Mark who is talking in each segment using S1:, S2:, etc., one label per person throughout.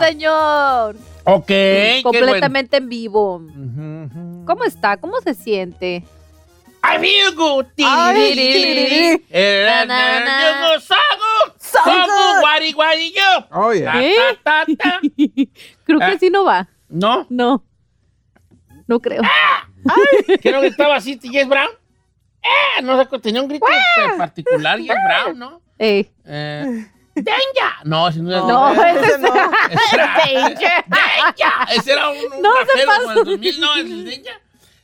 S1: señor.
S2: Ok. qué
S1: Completamente en vivo.
S2: bueno. Ujú.
S1: ¿Cómo está? ¿Cómo se siente?
S2: I feel good. Tiri,
S1: Ay,
S2: tiri,
S1: tiri,
S2: tiri. Eh,
S1: Na, na, na.
S2: yo sago,
S1: Sago.
S2: sago, guari, guari, yo.
S3: Oh,
S4: Oye.
S2: Ta,
S1: ¿Qué?
S2: ta, ta, ta.
S1: Creo que
S2: Ah.
S1: sí no va.
S2: No,
S1: No. No creo.
S2: que no gritaba así Jess Brown. Eh, no sé, tenía un grito este, particular Jess Brown, ¿no?
S1: Ey.
S2: Eh, ¡Denga! No, ese no era
S1: No, ese
S4: no.
S2: Ese era, ¡Denga! Ese era un, un
S1: No, se
S2: rapero como
S1: pasó.
S2: el 2000, no, el Denga.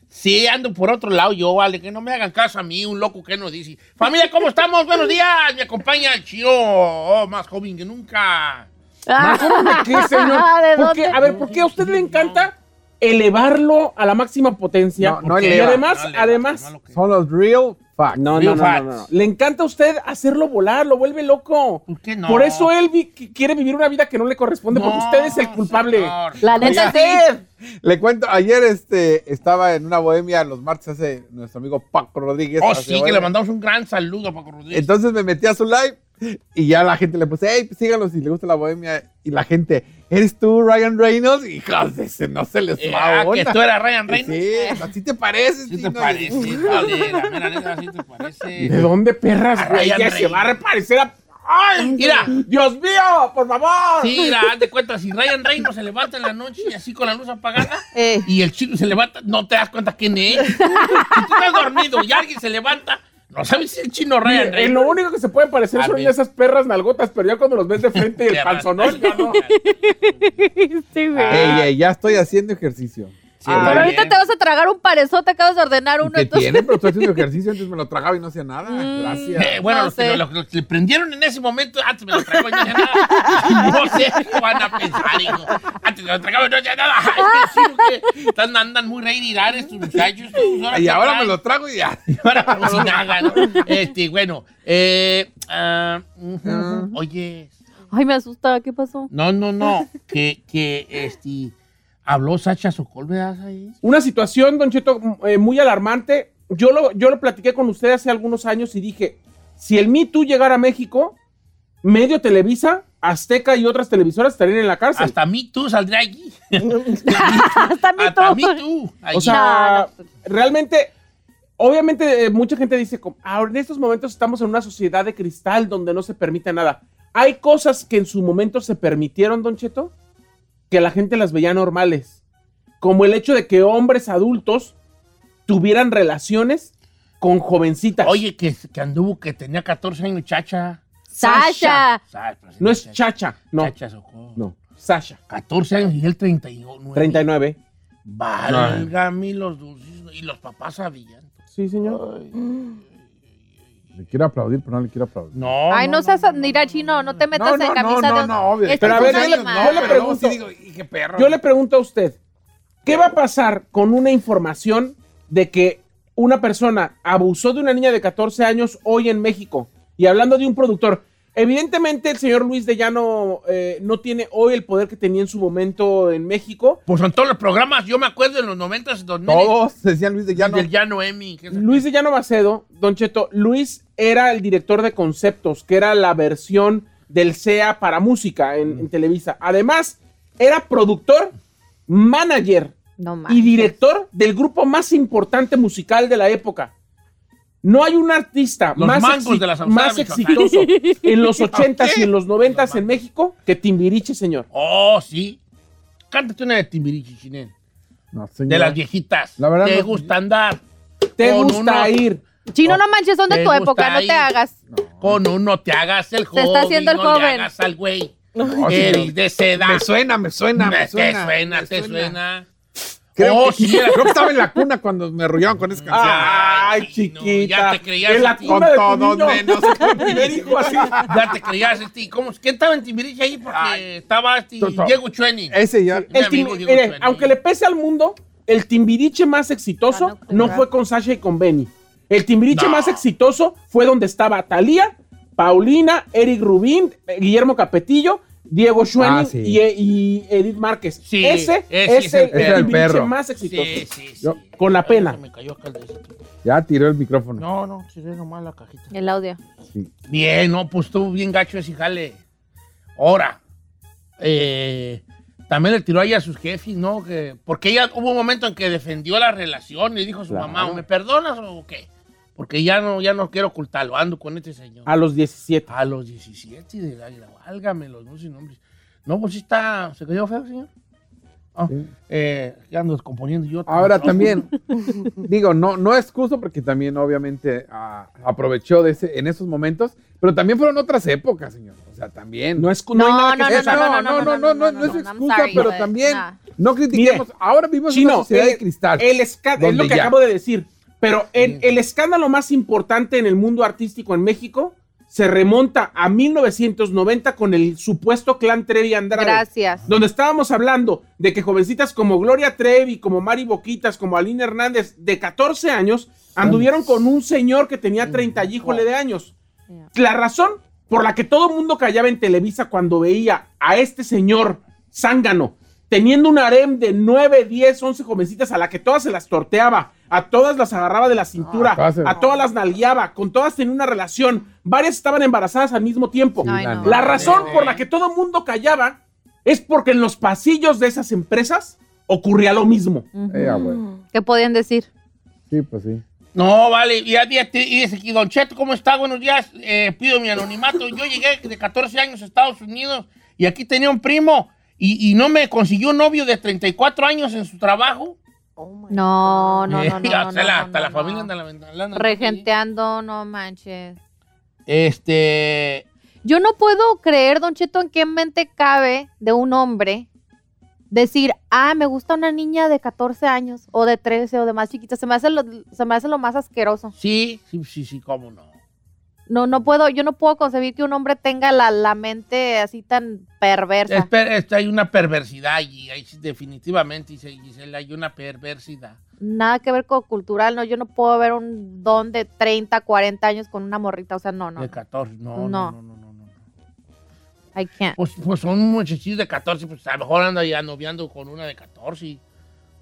S2: Sí, ando por otro lado yo, vale, que no me hagan caso a mí, un loco que nos dice. Familia, ¿cómo estamos? Buenos días, me acompaña el Chiro, oh, más joven que nunca.
S1: Ah,
S4: ¿Cómo de qué, señor?
S1: Ah, ¿de
S4: ¿Por qué?
S1: dónde?
S4: A ver, ¿por qué a usted le encanta elevarlo a la máxima potencia?
S3: No, no
S4: y
S3: eleva,
S4: además,
S2: No, le-
S4: además,
S2: no, lo que-
S3: Son los real facts.
S4: no, no, no,
S2: Real
S4: no, no, no.
S2: facts.
S4: Le encanta a usted hacerlo volar, lo vuelve loco.
S2: ¿Por qué no?
S4: Por eso él vi- que quiere vivir una vida que no le corresponde, porque
S2: No,
S4: usted es el culpable.
S2: señor.
S1: La neta sí.
S3: Le cuento, ayer este, estaba en una bohemia los martes hace nuestro amigo Paco Rodríguez.
S2: Oh,
S3: hace
S2: sí, que
S3: bohemia.
S2: le mandamos un gran saludo a Paco Rodríguez.
S3: ¿eh? Entonces me metí a su live y ya la gente le puse, hey, síganlo si le gusta la bohemia. Y la gente, ¿eres tú Ryan Reynolds? Y hijos, ese no se les
S2: Eh,
S3: va
S2: ah, que
S3: onda.
S2: tú eras Ryan Reynolds.
S3: Sí, así te pareces.
S2: Sí
S3: sí,
S2: te
S3: no,
S2: parece,
S3: y-
S2: vale, la mera neta, sí te parece.
S4: ¿De dónde perras, güey?
S2: Ryan
S4: Ya se
S2: Reynolds.
S4: va a reparecer a. ¡Ay!
S2: Mira,
S4: ¡Dios mío! ¡Por favor!
S2: sí, mira, haz de cuenta, si Ryan Reynolds se levanta en la noche y así con la luz apagada
S1: Ey.
S2: y el chico se levanta, no te das cuenta quién es. Si tú estás dormido y alguien se levanta, no sabes si el chino
S4: Mira,
S2: Ryan
S4: eh,
S2: Reynolds.
S4: lo único que se pueden parecer
S2: A
S4: son
S2: ver.
S4: ya esas perras nalgotas, pero ya cuando los ves de frente y
S2: Te
S4: el
S2: arrastra.
S4: panzonón, ya no.
S1: Sí, güey.
S3: Ey, ey, ya estoy haciendo ejercicio.
S2: Sí,
S4: Ah,
S2: está
S1: Pero ahorita
S2: bien.
S1: te vas a tragar un parezote, acabas de ordenar uno,
S3: ¿Qué
S1: entonces.
S3: tiene? Pero estoy haciendo ejercicio, antes me lo tragaba y no hacía nada.
S1: Mm.
S3: Gracias.
S2: Eh, bueno,
S1: No
S2: los, que,
S1: sé.
S2: los- los que le prendieron en ese momento, antes me lo traigo y no hacía nada. No sé qué van a pensar, hijo. Antes me lo traigo y no hacía nada. Ay, qué chido que están, andan muy reirirares estos muchachos. estos,
S3: Y
S2: qué
S3: ahora me
S2: traen.
S3: lo trago y ya.
S2: Ahora como si nada, ¿no? Este, bueno. Eh, ah, ujú. Oye,
S1: Ay, me asusta, ¿qué pasó?
S2: no, no, no. Que, que, este, habló Sacha Sokol, ¿verdad? ahí?
S4: Una situación, Don Cheto, m- eh, muy alarmante. Yo lo, yo lo platiqué con usted hace algunos años y dije, si el Me Too llegara a México, medio Televisa, Azteca y otras televisoras estarían en la cárcel.
S2: Hasta mí tú saldré allí.
S1: Hasta mí
S2: Ah, Hasta
S1: tú.
S2: mí tú. allí.
S4: O sea,
S1: pues,
S4: realmente, obviamente eh, mucha gente dice, como, "Ahora, en estos momentos estamos en una sociedad de cristal donde no se permite nada. Hay cosas que en su momento se permitieron, don Cheto, que la gente las veía normales. Como el hecho de que hombres adultos tuvieran relaciones con jovencitas.
S2: Oye, que, que anduvo, que tenía 14 años, chacha.
S1: Sasha.
S2: Sa- pero sí,
S4: Ah. No es chacha, no,
S2: Chacha Sokol.
S4: no, Sasha,
S2: 14 años y él 39.
S4: 39.
S2: Válgame los dulces. Y los papás sabían.
S4: Sí, señor.
S3: Le quiero aplaudir, pero no le quiero aplaudir.
S2: No.
S1: Ay, no seas. Mira, chino, no te metas en camisa
S3: no,
S1: de.
S3: no, no, obvio.
S1: Este
S4: Pero a
S1: es
S4: ver,
S1: un
S4: yo le-
S1: animal.
S4: yo le
S3: Pero luego
S4: pregunto-
S3: sí digo, "Y qué perro.
S4: Yo le pregunto a usted, ¿qué va a pasar con una información de que una persona abusó de una niña de 14 años hoy en México? Y hablando de un productor, evidentemente el señor Luis de Llano eh, no tiene hoy el poder que tenía en su momento en México.
S2: Pues en todos los programas, yo me acuerdo en los 90 y 2000.
S3: Todos decían Luis de Llano.
S2: Del Llano Emi. que es-
S4: Luis de Llano Macedo, Don Cheto, Luis era el director de conceptos, que era la versión del SEA para música en,
S3: Mm.
S4: en Televisa. Además, era productor, manager
S1: No
S4: y
S1: manches.
S4: director del grupo más importante musical de la época. No hay un artista
S2: Los
S4: más,
S2: mangos de la Sauceda,
S4: más
S2: Michoacán.
S4: exitoso en los 80s y en los 90s
S2: Los
S4: en México que Timbiriche, señor.
S2: Oh, sí. Cántate una de Timbiriche, Chinel.
S3: No, señor.
S2: De las viejitas.
S3: La verdad
S2: Te
S3: no-
S2: gusta andar
S4: Te
S2: Con
S4: gusta
S2: uno-
S4: ir.
S1: Chino, no manches, son
S2: Te
S1: de tu
S2: Oh, gusta
S1: época, no
S2: ahí.
S1: te hagas.
S2: con uno, te hagas el joven.
S1: está haciendo el
S2: no le
S1: joven.
S2: hagas al güey.
S3: Oh, No,
S2: el
S3: señor.
S2: de seda.
S3: Me suena, me suena, me
S2: Te
S3: suena.
S2: suena,
S3: me
S2: te suena.
S3: Creo,
S2: Oh,
S3: que,
S2: sí.
S3: creo que estaba en la cuna cuando me arrullaban con esa canción.
S4: Ay,
S2: chino,
S4: chiquita.
S2: ya te creías.
S4: En la
S2: a ti.
S3: con
S4: cuna. de tu
S3: todo
S4: niño.
S3: menos.
S4: Primer hijo así.
S2: Ya te creías, este. ¿Cómo? ¿Quién estaba en Timbiriche ahí? Porque estaba este,
S3: to- to-
S2: Diego Chueni.
S3: Ese ya.
S2: Mi
S4: El
S2: amigo
S4: Timbi-
S2: Diego
S4: mire,
S2: Chueni.
S4: aunque le pese al mundo, el Timbiriche más
S3: Ah,
S4: exitoso no fue con Sasha y con Benny. El Timbiriche
S2: No.
S4: más exitoso fue donde estaba Thalía, Paulina, Eric Rubín, eh, Guillermo Capetillo, Diego Schwenning
S3: Ah, sí.
S4: y, y Edith Márquez.
S2: Sí,
S4: ese,
S2: ese
S4: es el,
S3: perro.
S4: Timbiriche
S3: perro.
S4: más exitoso.
S2: Sí, sí, sí.
S3: Yo-
S4: con la
S2: Ay,
S4: pena.
S2: se me cayó acá el de este.
S3: Ya tiró el micrófono.
S2: No, no, tiré nomás la cajita.
S1: El audio.
S3: Sí.
S2: Bien, no, pues estuvo bien gacho ese jale. Ahora, eh, también le tiró ahí a sus jefes, ¿no? Que, porque ella hubo un momento en que defendió la relación y dijo a su
S4: Claro.
S2: mamá, ¿o ¿me perdonas o qué? Porque ya no, ya no quiero ocultarlo, ando con este señor.
S3: Ah.
S4: A los 17.
S2: A los 17 del águila, válgame los dos sin nombres. No, pues sí está, se cayó feo, señor. Ah,
S3: Sí.
S2: eh, ya ando descomponiendo yo.
S3: Ahora
S2: No. pues,
S3: también, digo, no, no excuso porque también obviamente ah, aprovechó de ese, en esos momentos, pero también fueron otras épocas, señor. O sea, también.
S4: No es no hay nada que
S3: no,
S4: excusar.
S3: no, no, no, no, no, no es
S1: I'm
S3: excusa,
S1: sorry,
S3: pero
S1: but
S3: también
S1: nah.
S3: no critiquemos.
S4: Mire,
S3: Ahora vivimos en una
S4: Chino,
S3: sociedad de
S4: el-
S3: cristal.
S4: El esca- es lo
S3: Donde
S4: que
S3: ya. Mm.
S4: acabo de decir. Pero el, el escándalo más importante en el mundo artístico en México se remonta a 1990 con el supuesto clan Trevi Andrade.
S1: Gracias.
S4: Donde estábamos hablando de que jovencitas como Gloria Trevi, como Mari Boquitas, como Aline Hernández, de 14 años, anduvieron con un señor que tenía 30 y híjole de años.
S1: Yeah.
S4: La razón por la que todo el mundo callaba en Televisa cuando veía a este señor zángano teniendo un harem de 9, 10, 11 jovencitas a la que todas se las torteaba, a todas las agarraba de la cintura,
S3: Ah, todas se-
S4: a todas las nalgueaba, con todas tenía una relación, varias estaban embarazadas al mismo tiempo.
S1: Ay, no.
S4: La
S1: Ah,
S4: razón
S2: sí.
S4: por la que todo el mundo callaba es porque en los pasillos de esas empresas ocurría lo mismo.
S1: Ujú.
S3: Eh, ah, bueno.
S1: ¿Qué podían decir?
S3: Sí, pues sí.
S2: No, vale, y, a- y a- y dice aquí, Don Cheto, ¿cómo está? Buenos días, eh, pido mi anonimato. Yo llegué de 14 años a Estados Unidos y aquí tenía un primo y, y no me consiguió un novio de 34 años en su trabajo.
S1: No, no,
S2: Eh,
S1: no, no,
S2: hasta la,
S1: no, no,
S2: hasta
S1: no,
S2: la
S1: no.
S2: familia anda la ventana. anda-
S1: Regenteando, no manches.
S2: Este,
S1: Yo no puedo creer, Don Cheto, en qué mente cabe de un hombre decir, ah, me gusta una niña de 14 años o de 13 o de más chiquita. Se me hace lo, se me hace lo más asqueroso.
S2: sí, sí, sí, sí, cómo no.
S1: No, no puedo, yo no puedo concebir que un hombre tenga la, la mente así tan perversa.
S2: Espe- este, hay una perversidad allí, ahí sí, definitivamente, dice Gisela, hay una perversidad.
S1: Nada que ver con cultural, no. Yo no puedo ver un don de 30, 40 años con una morrita. O sea, no, no.
S2: De
S1: no.
S2: 14, no, no,
S1: No.
S2: no, no, no. no.
S1: I can't.
S2: Pues, pues son muchachitos de 14, pues a lo mejor anda ya noviando con una de 14,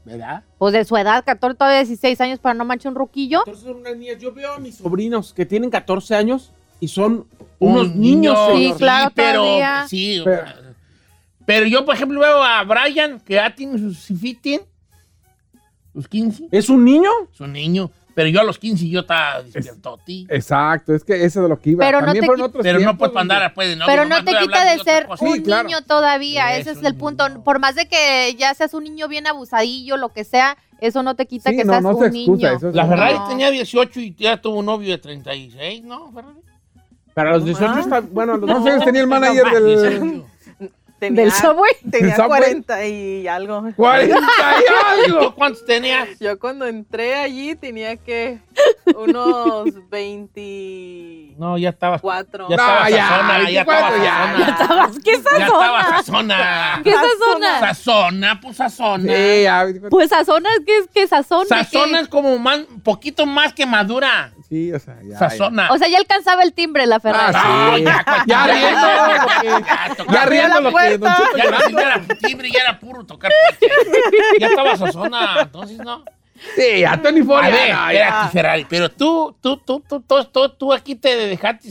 S2: ¿verdad?
S1: Pues de su edad, 14, todavía 16 años, para no manchar un ruquillo.
S4: Entonces son unas niñas. Yo veo a mis sobrinos que tienen 14 años y son unos
S2: Un
S4: niños.
S2: niño,
S4: señor.
S1: Sí, claro,
S2: pero
S1: todavía.
S2: sí.
S3: Pero-
S2: Pero yo, por ejemplo, veo a Brian, que ya tiene sus 15, sus 15,
S4: ¿Es un niño?
S2: su niño, pero yo a los 15 yo estaba despierto, ti.
S3: Exacto, es que eso es de lo que iba.
S1: Pero no
S3: también
S1: te
S3: fueron
S1: qui-
S3: otros
S2: Pero no
S3: tiempos
S2: puedes andar
S3: donde-
S2: a pues, de novio,
S1: Pero
S2: nomás
S1: no te
S2: estoy
S1: quita
S2: hablando
S1: de
S2: otra
S1: ser
S2: cosa.
S1: un
S3: Sí, claro.
S1: niño todavía.
S2: Es
S1: Ese es
S2: un
S1: el punto.
S2: niño.
S1: Por más de que ya seas un niño bien abusadillo, lo que sea, eso no te quita
S3: Sí,
S1: que
S3: no,
S1: seas
S3: no se
S1: un
S3: excusa,
S1: niño.
S3: eso es-
S2: La Ferrari
S1: No.
S2: tenía 18 y ya tuvo un novio de 36, ¿no, Ferrari?
S4: Para los 18
S5: Ah.
S4: está. Bueno, a los
S3: ¿Cuántos años tenía el manager
S2: No,
S3: del.
S2: 18.
S5: Tenía,
S1: ¿Del Subway?
S5: Tenía
S3: ¿Del Subway?
S5: 40 y algo.
S2: ¿Tú
S3: 40 y algo.
S2: cuántos tenías?
S5: Yo cuando entré allí tenía que unos 24.
S2: No, ya estabas. Ya
S3: No,
S2: estaba
S3: ya,
S2: sazona, ya
S3: 24
S2: estaba
S3: ya,
S2: sazona.
S3: ya
S1: ¿Qué es
S2: Ya estaba sazona.
S1: ¿Qué es
S5: Sazona.
S1: sazona?
S2: Sazona, pues sazona.
S3: Sí, a ver,
S1: Pues sazona, ¿qué es que sazona?
S2: Sazona es como más, poquito más que madura.
S3: sí, o sea, ya.
S2: Sazona.
S1: O sea, ya alcanzaba el timbre la Ferrari.
S3: Ah, sí.
S2: ya,
S3: Ya riendo, lo que- ya riendo lo que Don Cheto
S2: Ya
S3: llorando.
S2: no era timbre, ya era puro tocar. porque Ya estaba sazona, entonces no.
S3: Sí, a Tony Ford.
S2: A
S3: ya,
S2: ver,
S3: no, ya.
S2: espérate, Ferrari, pero tú, tú, tú, tú, tú, tú, tú aquí te dejaste,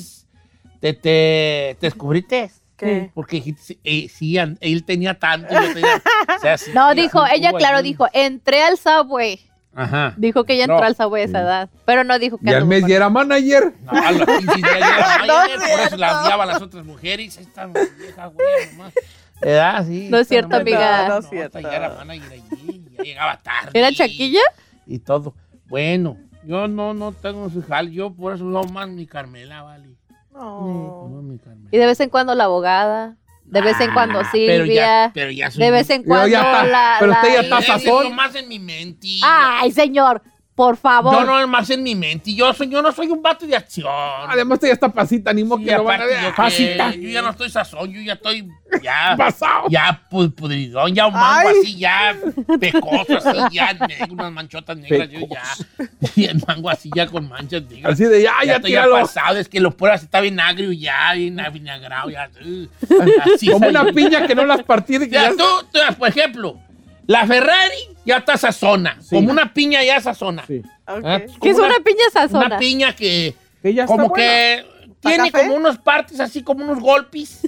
S2: te, te, te descubriste.
S5: ¿Qué?
S2: Porque dijiste, eh, sí, an- él tenía tanto. yo tenía- o sea, sí,
S1: No,
S2: sí,
S1: dijo,
S2: sí,
S1: ella
S2: hubo
S1: claro,
S2: algún-
S1: dijo, entré al Subway.
S2: Ajá.
S1: Dijo que ella
S2: No.
S1: entró al Subway a esa
S3: Sí.
S1: edad. Pero no dijo que
S3: Mm. Y al
S1: anduvo
S3: mes
S1: con-
S3: ya era manager.
S2: No, a los 15 ya era
S5: No
S2: mayor,
S5: es
S2: por eso
S5: cierto.
S2: la odiaba a las otras mujeres. Esta vieja, güey, nomás. Edad, Eh, ah, sí.
S1: No es
S2: esta
S1: cierto,
S2: nomás-
S1: amiga.
S5: No, no es
S2: esta
S5: cierto.
S2: Ya era manager allí, ya llegaba tarde.
S1: ¿Era chaquilla?
S2: Y todo. Bueno, yo no, no tengo su jal, yo por eso no más mi Carmela, vale.
S5: No.
S2: No mi Carmela.
S1: Y de vez en cuando la abogada. De vez en cuando
S2: Ah, Pero ya,
S1: Silvia.
S2: pero ya soy
S1: De vez en
S3: Yo
S1: cuando
S3: ya está-
S1: la.
S3: pero
S1: la-
S3: usted ya
S2: Está
S3: está
S2: sazón.
S3: sazón.
S2: más en mi mentira.
S1: Ay, señor, por favor.
S2: Yo no más en mi mente. Yo, soy, yo no soy un vato Ah, de acción.
S3: Además, usted ya está pasita, ni modo
S2: Sí,
S3: que lo van a
S2: aparte, yo
S3: ver.
S2: que-
S3: Pasita.
S2: Yo ya no estoy sazón, yo ya estoy ya,
S3: Pasado.
S2: ya pu- pudridón, ya un mango
S5: Ay.
S2: así, ya pecoso, así, ya negro, unas manchotas negras, yo ya. Y el mango así, ya con manchas negras.
S3: Así de ya,
S2: ya,
S3: ya,
S2: estoy ya
S3: tíralo.
S2: pasado, es que lo pruebas está bien agrio ya, bien avinagrado, ya. uh, así
S3: Como
S2: salió.
S3: una piña que no las partí de que
S2: Ya
S3: ya
S2: tú, tú, por ejemplo, la Ferrari ya está sazona,
S4: Sí.
S2: como una piña ya sazona.
S4: Sí.
S5: Ok.
S2: Ah, pues,
S1: ¿Qué es
S2: como
S1: una piña
S2: una
S1: sazona?
S2: piña que
S4: Que ya está
S2: como
S4: buena.
S2: que tiene
S5: café?
S2: como unos partes así como unos golpes.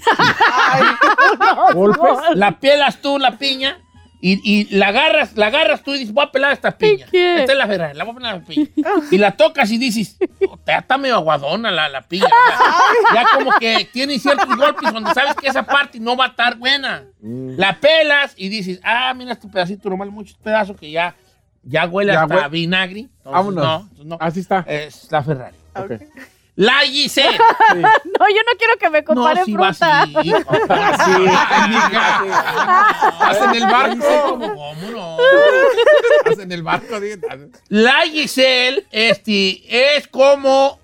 S3: Golpes.
S2: la pelas tú, la piña, y, y la agarras, la agarras tú y dices, voy a pelar esta piña.
S1: ¿Qué?
S2: Esta es la verdad, la voy a pelar la piña. Y la tocas y dices, "Puta, ya está medio aguadona la, la piña. Ya, ya como que tiene ciertos golpes donde sabes que esa parte no va a estar buena.
S3: Mm.
S2: La pelas y dices, ah, mira este pedacito, normal, muchos pedazos que ya, ya huele
S3: Ya
S2: hasta
S3: hue-
S2: a vinagre. Entonces,
S3: Vámonos.
S2: No, entonces no.
S4: Así está.
S2: Es la Ferrari.
S5: Ok.
S2: La Giselle.
S1: No, yo no quiero que me comparen
S2: no, si va
S1: fruta.
S2: así. Ah,
S3: Hacen el barco.
S2: ¿Cómo no?
S3: Hacen el barco. digan.
S2: La Giselle este, es como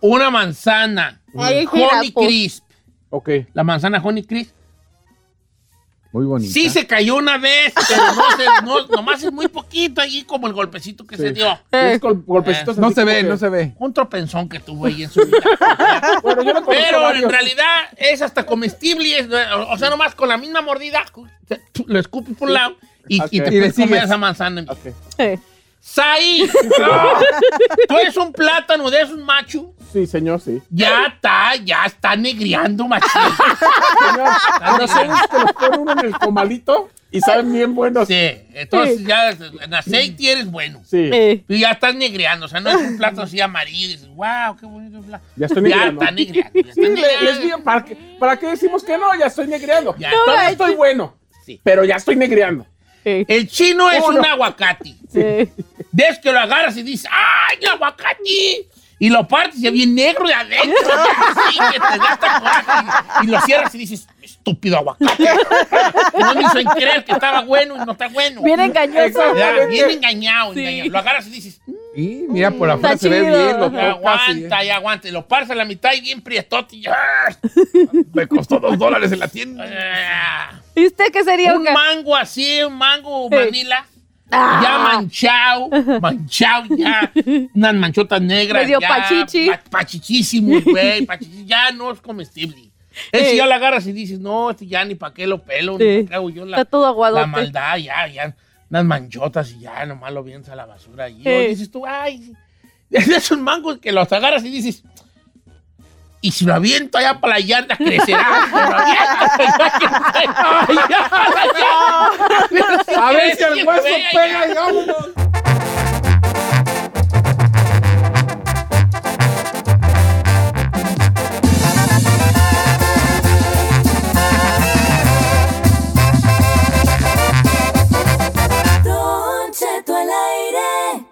S2: una manzana.
S1: Ay,
S2: Honey
S1: jirapo.
S2: Crisp.
S4: Ok.
S2: La manzana Honey Crisp.
S3: Muy bonito.
S2: Sí se cayó una vez, pero no se, no- nomás es muy poquito allí como el golpecito que se dio.
S4: Tienes gol- golpecitos
S3: Eh. No
S4: así
S3: se
S4: como
S3: ve,
S4: que-
S3: no se ve.
S2: Un tropenzón que tuvo ahí en su vida.
S4: Bueno, yo no conozco
S2: Pero en
S4: varios.
S2: realidad es hasta comestible. y es- o o sea, nomás con la misma mordida, lo escupes por un lado y, y
S4: Ok.
S2: te
S3: Y le
S2: puedes comer
S3: sigues.
S2: esa manzana.
S4: Ok.
S2: ¡Sai! Tú eres un plátano de esos macho.
S4: Sí, señor, sí.
S2: Ya está, ya está negriando, machito.
S4: Señor,
S2: Está
S4: pero
S2: negriando.
S4: sabes que los pone uno en el comalito y saben bien buenos. Sí.
S2: Sí, entonces ya en aceite eres bueno.
S1: Eh,
S2: Y ya estás negreando, o sea, no es un plato así amarillo. Dices, wow, qué bonito plato.
S4: Ya estoy
S2: Ya
S4: negreando.
S2: está negreando. Ya está
S4: Sí, le-
S2: negreando.
S4: les digo, ¿para qué, ¿para qué decimos que no? Ya estoy negreando.
S2: Ya.
S4: Todavía estoy bueno,
S2: Sí.
S4: pero ya estoy negreando.
S1: eh,
S2: El chino es
S4: ¿Cómo
S2: un
S4: no?
S2: aguacate.
S1: eh.
S2: Ves que lo agarras y dices, ¡ay, aguacate! Y lo partes y es bien negro de adentro. así que te da hasta coraje. Y lo cierras y dices, estúpido aguacate. No me hizo creer que estaba bueno y no está bueno.
S1: Bien engañoso.
S4: Exacto.
S2: Ya,
S4: Exactamente.
S2: bien engañado,
S1: Sí.
S2: engañado. Lo agarras y dices,
S3: Y mira, por
S1: Está
S3: afuera se ve
S1: chido.
S3: bien. Lo
S2: Ya
S3: ¿eh? tocas y-
S2: Mm, aguanta, ya aguanta. Y lo parsa a la mitad y bien prietote. y ya.
S3: Me costó dos dólares en la tienda.
S2: Ah,
S1: ¿Viste que Ah. sería
S2: un
S1: un
S2: mango así, un mango
S1: Hey.
S2: vanilla. Ya manchado, manchado ya. Unas manchotas negras.
S1: Medio
S2: ya,
S1: pachichi.
S2: pa- pachichísimo, güey. pachichi, ya no es comestible. Ese
S1: Hey.
S2: ya la agarras y dices, no, este ya ni pa' qué lo pelo,
S1: Sí.
S2: ni pa' qué hago yo la,
S1: Está todo
S2: la
S1: aguadote.
S2: maldad, ya, ya. Unas manchotas y ya, nomás lo vienes a la basura. Y
S1: Eh.
S2: dices tú, ay, es un mango que los agarras y dices, y si lo aviento allá para la yarda, crecerá. Si lo pues, aviento allá para la yarda, crecerá.
S4: A ver si el hueso
S2: Güey,
S4: pega y vámonos.
S6: Don Cheto al aire.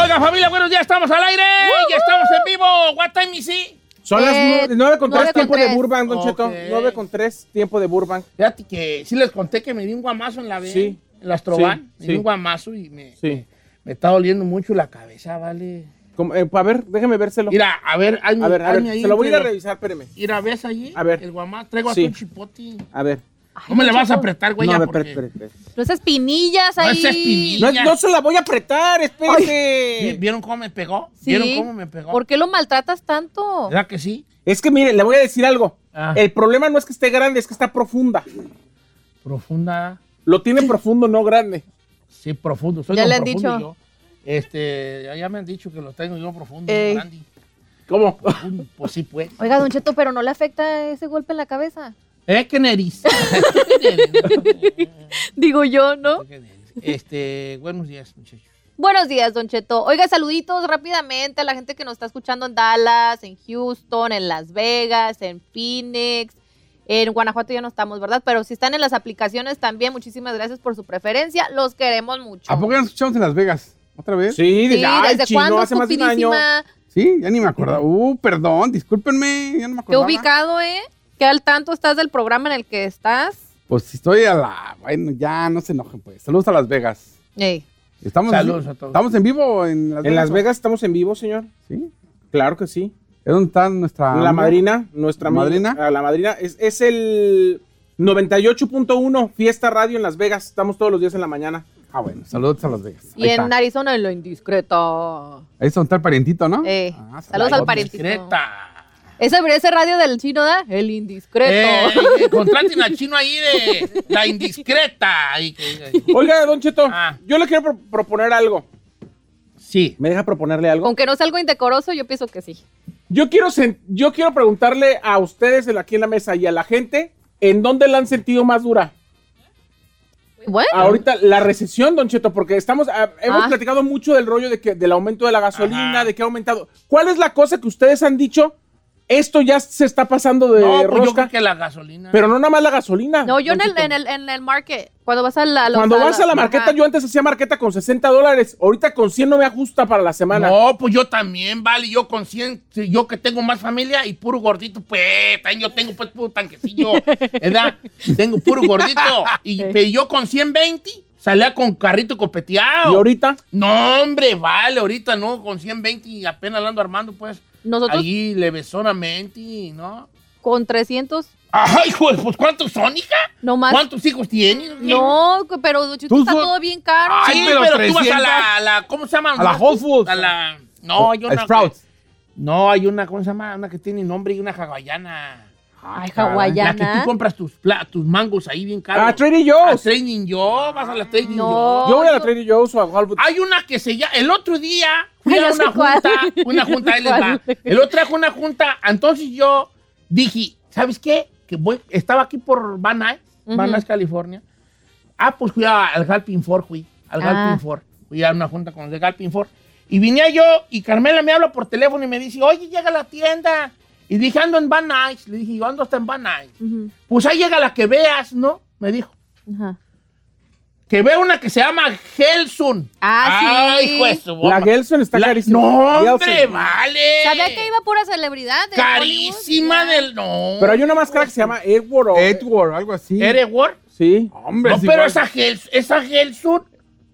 S2: Oiga, familia, buenos días, estamos al aire. Ya estamos en vivo. What time is it?
S4: Son las
S1: Eh,
S4: 9, con
S1: nueve con
S4: 3 tiempo
S1: tres.
S4: de Burbank, Don
S2: Ok.
S4: Cheto. 9 con 3 tiempo de Burbank.
S2: Fíjate que sí les conté que me di un guamazo en la vez.
S4: Sí.
S2: En las Trobán.
S4: Sí,
S2: Me di
S4: sí.
S2: un guamazo y me,
S4: Sí.
S2: me está doliendo mucho la cabeza, ¿vale?
S4: Como, eh, a ver, déjeme vérselo.
S2: Mira, a ver, hay
S4: a ver, a
S2: hay
S4: ver.
S2: ahí
S4: Se lo voy a ir a
S2: entre los-
S4: revisar, espéreme.
S2: Mira, ¿ves allí?
S4: A ver.
S2: El guamá, traigo
S4: Sí.
S2: hasta un chipote.
S4: A ver.
S2: No me le vas a apretar, güey,
S4: no,
S2: ya,
S4: a ver,
S2: porque-
S4: espere, espere, espere.
S1: No esas pinillas
S2: No,
S1: ahí.
S2: esa es pinilla.
S4: No,
S2: Ya.
S4: no se la voy a apretar,
S2: ¿Vi-
S4: espérese.
S2: ¿Vieron cómo me pegó?
S1: Sí.
S2: ¿Vieron cómo me pegó?
S1: ¿Por qué lo maltratas tanto?
S2: ¿Verdad que sí?
S4: Es que mire, le voy a decir algo.
S2: Ah.
S4: El problema no es que esté grande, es que está profunda.
S2: Profunda.
S4: Lo tiene profundo, no grande.
S2: Sí, profundo. Soy
S1: Ya
S2: don
S1: le han
S2: profundo
S1: dicho.
S2: yo. Este, ya- ya me han dicho que lo tengo yo profundo,
S5: Ey.
S2: grande.
S4: ¿Cómo?
S2: Profundo, Pues sí, pues.
S1: Oiga, Don Cheto, pero no le afecta ese golpe en la cabeza.
S2: Eh, que nariz. Eh,
S1: Digo yo, ¿no?
S2: qué nariz. este, buenos días, muchachos.
S1: Buenos días, Don Cheto. Oiga, saluditos rápidamente a la gente que nos está escuchando en Dallas, en Houston, en Las Vegas, en Phoenix. En Guanajuato ya no estamos, ¿verdad? Pero si están en las aplicaciones también, muchísimas gracias por su preferencia. Los queremos mucho.
S3: ¿A poco ya nos escuchamos en Las Vegas? ¿Otra vez?
S4: Sí,
S1: Sí,
S4: ay,
S1: ¿desde
S4: chino,
S1: cuándo,
S4: hace más de un año.
S1: estupidísima?
S3: Sí, ya ni me acordaba. Uh, perdón, discúlpenme, ya no me
S1: Qué
S4: Pues,
S3: acordaba.
S1: ubicado, ¿eh? ¿Qué al tanto estás del programa en el que estás?
S3: Pues si estoy a la... Bueno, ya no se enojen, pues. Saludos a Las Vegas.
S1: Ey.
S3: Estamos,
S2: Saludos a todos.
S3: ¿Estamos en vivo en Las
S4: En Las Vegas estamos en vivo, señor.
S3: Sí.
S4: Claro que sí.
S3: ¿Es donde está nuestra...
S4: La
S3: amiga?
S4: madrina, nuestra amiga-
S3: ¿Madrina?
S4: a la madrina es, es el 98.1 Fiesta Radio en Las Vegas. Estamos todos los días en la mañana.
S3: Ah, bueno, saludos a Las Vegas.
S1: Y
S3: Ahí
S1: en
S3: está.
S1: Arizona, en lo indiscreto.
S3: Ahí está donde está el parientito, ¿no?
S1: Eh,
S3: Ah,
S1: saludos al
S3: saludos.
S1: parientito.
S2: Discreta.
S1: Ese debería ser radio del chino, ¿da? El indiscreto.
S2: Eh, eh, contraten al chino ahí de la indiscreta. Y que-
S4: Oiga, Don Cheto,
S2: Ah.
S4: yo le quiero pro- proponer algo.
S2: sí.
S4: ¿Me deja proponerle algo?
S1: Con que no sea algo indecoroso, yo pienso que sí.
S4: Yo quiero, sen- yo quiero preguntarle a ustedes en la- aquí en la mesa y a la gente, ¿en dónde la han sentido más dura?
S1: Bueno,
S4: Ahorita la recesión, Don Cheto, porque estamos, ah, hemos
S1: Ah.
S4: platicado mucho del rollo de que, del aumento de la gasolina,
S2: Ajá.
S4: de que ha aumentado. ¿Cuál es la cosa que ustedes han dicho? Esto ya se está pasando de
S2: No, pues yo
S4: Eh, rosca,
S2: creo que la gasolina.
S4: pero no nada más la gasolina.
S1: no, yo en
S4: Don
S1: el,
S4: Cheto.
S1: en, el, en el market, cuando vas a la... a los-
S4: Cuando vas a la
S1: ajá.
S4: marqueta, yo antes hacía marqueta con 60 dólares, ahorita con 100 no me ajusta para la semana.
S2: No, pues yo también, vale, yo con 100, sí, yo que tengo más familia y puro gordito, pues, también yo tengo pues puro tanquecillo, ¿verdad? Tengo puro gordito. Y, pero yo con 120 salía con carrito
S4: Y
S2: copeteado.
S4: ahorita,
S2: No, hombre, vale, ahorita no, con 120 y apenas la ando armando, pues,
S1: Nosotros
S2: allí levesonamente, ¿no?
S1: con 300,
S2: Ay, hijo, pues, ¿cuántos son, hija?
S1: no más.
S2: ¿Cuántos hijos tienes?
S1: No, pero Don Cheto
S3: Tú
S1: está
S3: so-
S1: todo bien caro.
S2: Ay,
S3: Sí,
S2: pero,
S3: pero
S2: tú vas a
S3: 300.
S2: la, a la- ¿cómo se llama?
S3: A la Whole Foods.
S2: A la, no, hay
S3: A
S2: una.
S3: Sprouts.
S2: No, hay una, ¿cómo se llama? Una que tiene nombre y una hawaiana.
S1: Ay,
S2: La que tú
S1: hawaiana.
S2: compras tus, pla- tus mangos ahí bien caros.
S4: a Ah, Trader
S2: A
S4: Joe's.
S2: Training Joe, vas a la Training
S1: No.
S2: Joe.
S4: Yo voy a la Trader Joe's o a Whole Foods.
S2: Hay una que se llama, el otro día fui
S1: Ay,
S2: a
S1: ya sé
S2: una
S1: cuál.
S2: junta, una junta, ahí les va.
S1: ¿Cuál?
S2: El otro día fue una junta, entonces yo dije, ¿sabes qué? Que voy, estaba aquí por Van Nuys, Van
S1: Ujú.
S2: Nuys, California. Ah, pues fui a- al Galpin Ford, fui, al
S1: Ah.
S2: Galpin Ford. Fui a una junta con los de Galpin Ford. Y vine yo, y Carmela me habla por teléfono y me dice, oye, llega a la tienda. Y dije, ando en Van Nuys. Le dije, yo ando hasta en Van Nuys.
S1: Ujú,
S2: Pues ahí llega la que veas, ¿no? Me dijo.
S1: ajá.
S2: Que vea una que se llama Gelsun.
S1: Ah, sí.
S2: Ay, hijo de su
S4: La
S2: bomba.
S4: Gelson está
S2: La-
S4: carísima.
S2: No, hombre,
S4: Gelson.
S2: vale.
S1: Sabía que iba pura celebridad. de
S2: Eh. Carísima
S1: Hollywood,
S2: del. No.
S4: Pero hay una más cara que se llama Edward. o-
S3: Edward, algo así.
S2: ¿Eres Word?
S4: Sí.
S3: Hombre,
S2: No,
S3: es
S2: pero
S3: igual.
S2: esa, Gel, esa Gelsun.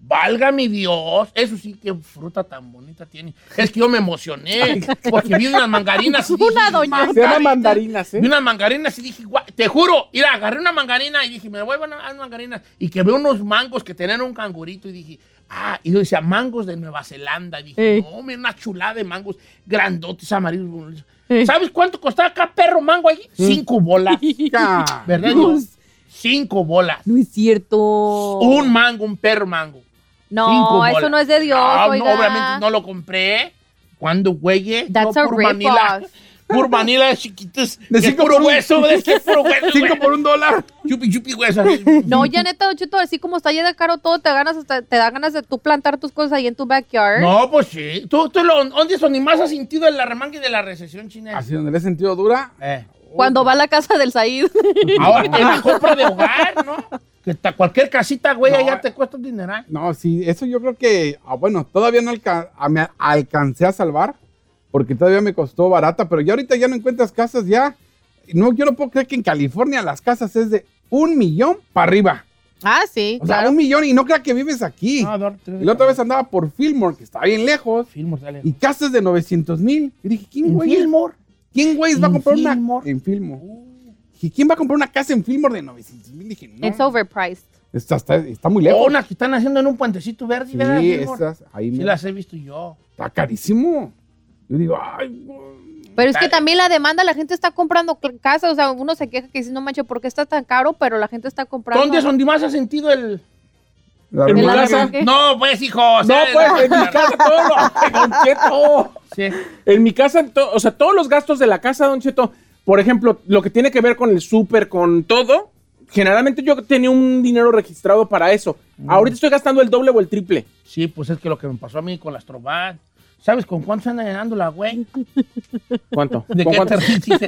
S2: Valga mi Dios, eso sí, qué fruta tan bonita tiene. Es que yo me emocioné porque vi unas mangarinas. y dije,
S1: Una doñota.
S4: Se llama
S2: "Mangarinas".
S4: mandarinas, ¿eh?
S2: Vi unas mangarinas y dije, "Guau", te juro, mira, agarré una mangarina y dije, me voy a dar unas mangarinas. Y que veo unos mangos que tenían un cangurito y dije, ah, y yo decía, mangos de Nueva Zelanda. Y dije,
S1: Ey.
S2: no, mira, una chulada de mangos grandotes, amarillos. bonitos".
S1: Ey.
S2: ¿Sabes cuánto costaba cada perro mango allí? Cinco bolas.
S3: Ya.
S2: ¿Verdad? yo? Cinco bolas.
S1: No es cierto.
S2: Un mango, un perro mango.
S1: No,
S2: Cinco
S1: eso
S2: bolas.
S1: no es de Dios,
S2: Ah, no,
S1: oiga.
S2: obviamente no lo compré. Cuando, güey, eh,
S1: That's
S2: no,
S1: a
S2: pur manila.
S1: rip-off.
S2: Pur manila de chiquitos.
S3: De
S2: que
S3: cinco
S2: puro
S3: por un-
S2: hueso, ¿verdad? Es que es puro hueso.
S3: Cinco
S2: güey.
S3: por un dólar.
S2: Chupi, chupi, hueso.
S1: No, ya neta, Don Cheto, así como está ya de caro todo, te ganas hasta- te da ganas de tú plantar tus cosas ahí en tu backyard.
S2: No, pues sí. ¿Tú, tú lo, dónde son ni más has sentido el arremangue de la recesión china?
S3: Así donde le he sentido dura.
S2: Eh.
S1: Cuando va a la casa del Said.
S2: Ahora en la compra de hogar, ¿no? Que ta- cualquier casita, güey,
S3: No,
S2: allá
S3: eh.
S2: te cuesta un dineral.
S3: No, sí, eso yo creo que, ah, bueno, todavía no alca- a- me alcancé a salvar, porque todavía me costó barata, pero ya ahorita ya no encuentras casas, ya. No, yo no puedo creer que en California las casas es de un millón para arriba.
S1: Ah, sí,
S3: O sea,
S1: claro.
S3: un millón y no creas que vives aquí.
S2: No, Dor- tú-
S3: y la otra vez andaba por Fillmore, que está bien lejos,
S2: Fillmore, dale.
S3: y casas de 900 mil. Y dije, ¿quién
S2: ¿En
S3: güey?
S2: Fillmore?
S3: ¿Quién güey va a
S2: ¿En
S3: comprar una?
S2: Fillmore?
S3: En Fillmore. Dije, ¿quién va a comprar una casa en Fillmore de 900 mil? Dije, no.
S1: It's overpriced.
S3: Está, está- está muy
S2: O
S3: lejos.
S2: unas que están haciendo en un puentecito verde,
S3: sí,
S2: ¿verdad? Fillmore?
S3: esas, ahí
S2: Sí
S3: me
S2: las he visto yo.
S3: Está carísimo. Yo digo, ay, güey.
S1: Pero es que
S2: Dale.
S1: también la demanda, la gente está comprando cl- casas, o sea, uno se queja que dice, no manches, ¿por qué está tan caro? Pero la gente está comprando.
S2: ¿Dónde es donde más has sentido el...?
S3: La
S4: En mi
S1: ¿El
S3: hermana-
S4: casa.
S1: arranque?
S2: No, pues, hijo. o
S4: No,
S2: sea,
S4: pues, en mi casa todo lo- Don Cheto.
S2: Sí.
S4: En mi casa, to- o sea, todos los gastos de la casa, Don Cheto, por ejemplo, lo que tiene que ver con el súper, con todo, generalmente yo tenía un dinero registrado para eso. Ahorita estoy gastando el doble o el triple.
S2: Sí, pues es que lo que me pasó a mí con las trombas. ¿Sabes con cuánto se anda llenando la güey?
S4: ¿Cuánto?
S2: ¿De
S4: ¿Con
S2: qué
S4: cuánto?
S2: te ríes?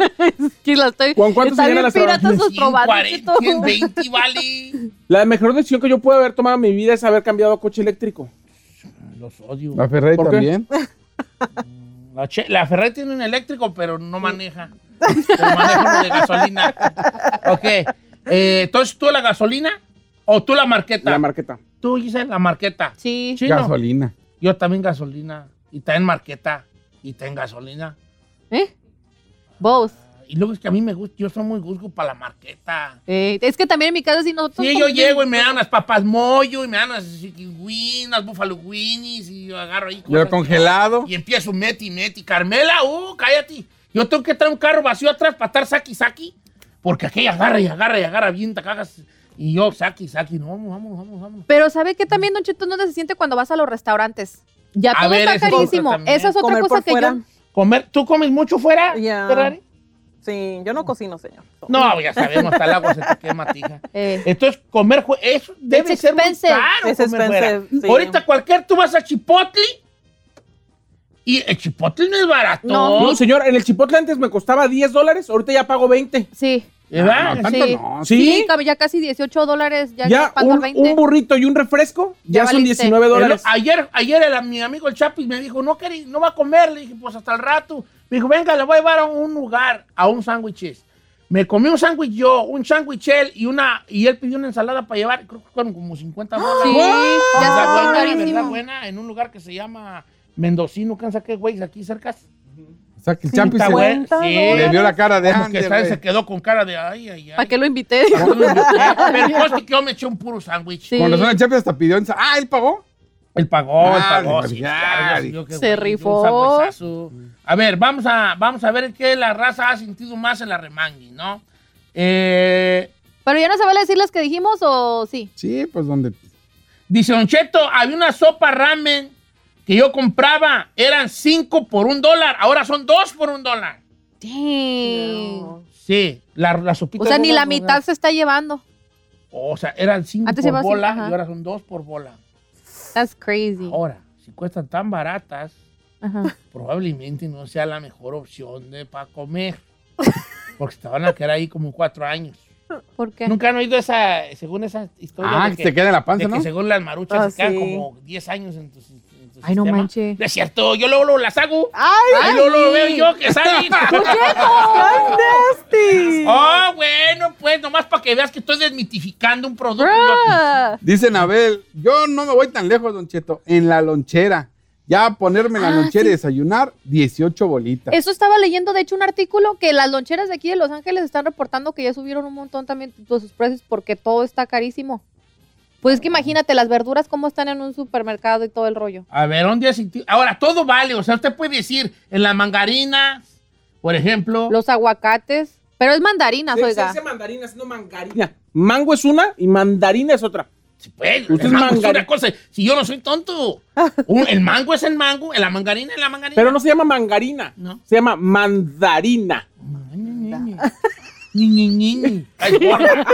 S1: Que la estoy...
S4: ¿Con cuánto
S1: está
S4: se
S1: bien
S4: llenan las
S1: pirata
S4: trabajas?
S1: sus trovadas, Cheto.
S2: 120, vale.
S4: La mejor decisión que yo pude haber tomado en mi vida es haber cambiado a coche eléctrico.
S2: Los odio.
S3: La Ferrari
S4: ¿Por qué?
S3: también.
S2: La, che- la Ferrari tiene un eléctrico, pero no maneja. Pero maneja uno de gasolina. Ok. eh, entonces, ¿tú la gasolina o tú la marqueta?
S4: La marqueta.
S2: tú, Giselle, la marqueta.
S1: Sí.
S2: Chino.
S3: Gasolina.
S2: Yo también gasolina. Y también marqueta. Y también gasolina.
S1: ¿Eh? Both.
S2: Y luego es que a mí me gusta, yo soy muy gusgo para la marqueta.
S1: Eh, es que también en mi casa, si nosotros...
S2: Sí, yo
S1: como que-
S2: llego y me dan unas papas mollo y me dan unas chiquiwin, unas buffalo winnies y yo agarro ahí.
S3: Yo
S2: cosas
S3: congelado.
S2: Y empiezo meti, meti. Carmela, uh, cállate. Yo tengo que traer un carro vacío atrás para estar saqui saqui, porque aquella agarra y agarra y agarra bien, te cagas. Y yo, saqui saqui, no, vamos, vamos, vamos, vamos.
S1: Pero ¿sabe qué también, Don Cheto, dónde se siente cuando vas a los restaurantes? Ya
S2: A
S1: todo
S2: ver,
S1: está
S2: eso es otra
S1: carísimo.
S2: también.
S1: Esa es otra
S5: Comer
S1: cosa
S5: por
S1: que
S5: fuera.
S1: yo...
S2: Comer, ¿Tú comes mucho fuera,
S5: Ya.
S2: Ferrari?
S5: Sí, yo no cocino, señor.
S2: No, ya sabemos, hasta el agua se te quema, tija.
S1: Eh,
S2: Entonces, comer jue- eso debe
S1: It's
S2: ser muy
S1: expensive.
S2: caro.
S5: Es
S2: comer fuera.
S5: expensive, sí.
S2: Ahorita cualquier, tú vas a Chipotle y el Chipotle no es barato.
S1: No.
S4: No, señor, en el Chipotle antes me costaba 10 dólares, ahorita ya pago 20.
S1: sí.
S2: ¿Verdad?
S3: No, Ah, tanto
S1: Sí.
S3: no.
S4: Sí.
S1: Sí, cab- ya casi 18 dólares, ya,
S4: Ya
S1: raspando
S4: un,
S1: 20.
S4: un burrito y un refresco
S1: Ya
S4: ya, son
S1: valiste.
S4: 19
S2: El-
S4: dólares.
S2: ayer ayer el- mi amigo el Chapi me dijo, no, queri- no va a comer. Le dije, pues hasta el rato. Me dijo, venga, le voy a llevar a un lugar, a un sándwiches. Me comí un sándwich yo, un sándwich él y una, y él pidió una ensalada para llevar, creo que fueron como 50 bolas.
S1: Sí, ya
S2: Verdad
S1: está muy
S2: buena, verdad
S1: carísimo.
S2: buena, en un lugar que se llama Mendocino, ¿quién sabe qué, güey? Aquí cerca.
S3: O sea, que el champi
S2: Está
S3: se
S2: bueno, sí.
S3: le vio la cara de
S2: Como que
S3: Andy,
S2: está-
S3: güey.
S2: se quedó con cara de ay, ay,
S1: ¿Para
S2: ay.
S1: qué lo invité?
S2: Ah, Pero coste que yo me eché un puro sándwich.
S1: Sí.
S3: Con razón, el champi hasta pidió. ensa- Ah, él pagó.
S2: El pagó, el
S3: Ah,
S2: pagó.
S3: sí,
S2: sí,
S3: ya,
S2: claro,
S3: sí.
S2: yo qué
S1: Se
S2: güey, yo un
S1: rifó.
S2: sabuesazo. A ver, vamos a, vamos a ver qué la raza ha sentido más en la remangui, ¿no? Eh,
S1: Pero ya no se vale decir las que dijimos o sí.
S3: Sí, pues donde.
S2: dice Don Cheto, había una sopa ramen que yo compraba, eran cinco por un dólar, ahora son dos por un dólar.
S1: Dang.
S5: No.
S2: Sí, la, la sopita.
S1: O sea, ni
S2: bola,
S1: la mitad se está llevando.
S2: O sea, eran cinco
S1: Antes
S2: por
S1: llevaba cinco,
S2: bola
S1: ajá.
S2: y ahora son dos por bola.
S1: That's crazy.
S2: Ahora, si cuestan tan baratas,
S1: Ajá.
S2: probablemente no sea la mejor opción de para comer. Porque se te van a quedar ahí como cuatro años.
S1: ¿Por qué?
S2: Nunca han oído esa, según esa historia.
S3: Ah,
S2: de
S3: que
S2: que,
S3: se queda en la
S2: de
S3: panza,
S2: que
S3: ¿no?
S2: según las maruchas
S5: Ah,
S2: se quedan
S5: sí.
S2: como 10 años en tu, si- en tu
S1: Ay, no
S2: sistema.
S1: manche.
S2: No es cierto, yo luego, luego las hago.
S5: ¡Ay,
S2: Ahí luego, luego veo yo que salen.
S5: nasty!
S2: oh, bueno, pues nomás para que veas que estoy desmitificando un producto.
S1: Bruh.
S3: Dicen Abel, yo no me voy tan lejos, Don Cheto. En la lonchera. Ya ponerme en la
S1: Ah,
S3: lonchera
S1: sí.
S3: y desayunar, 18 bolitas.
S1: Eso estaba leyendo, de hecho, un artículo que las loncheras de aquí de Los Ángeles están reportando que ya subieron un montón también de sus precios porque todo está carísimo. Pues es que imagínate, las verduras cómo están en un supermercado y todo el rollo.
S2: A ver, ¿dónde has sentido? Ahora, todo vale. O sea, usted puede decir en las mangarinas, por ejemplo.
S1: Los aguacates, pero es mandarinas,
S4: Se- se
S1: oiga.
S4: dice mandarinas, no mangarina. Mango es una y mandarina es otra.
S2: Si puede,
S4: Usted
S2: el
S4: es
S2: mango es
S4: mangari-
S2: una cosa. Si yo no soy tonto. Un- el mango es el mango, la mangarina es la mangarina.
S4: Pero no se llama mangarina,
S2: No.
S4: se llama mandarina.
S2: Ni, ni, ni, ni. Ay, gorda.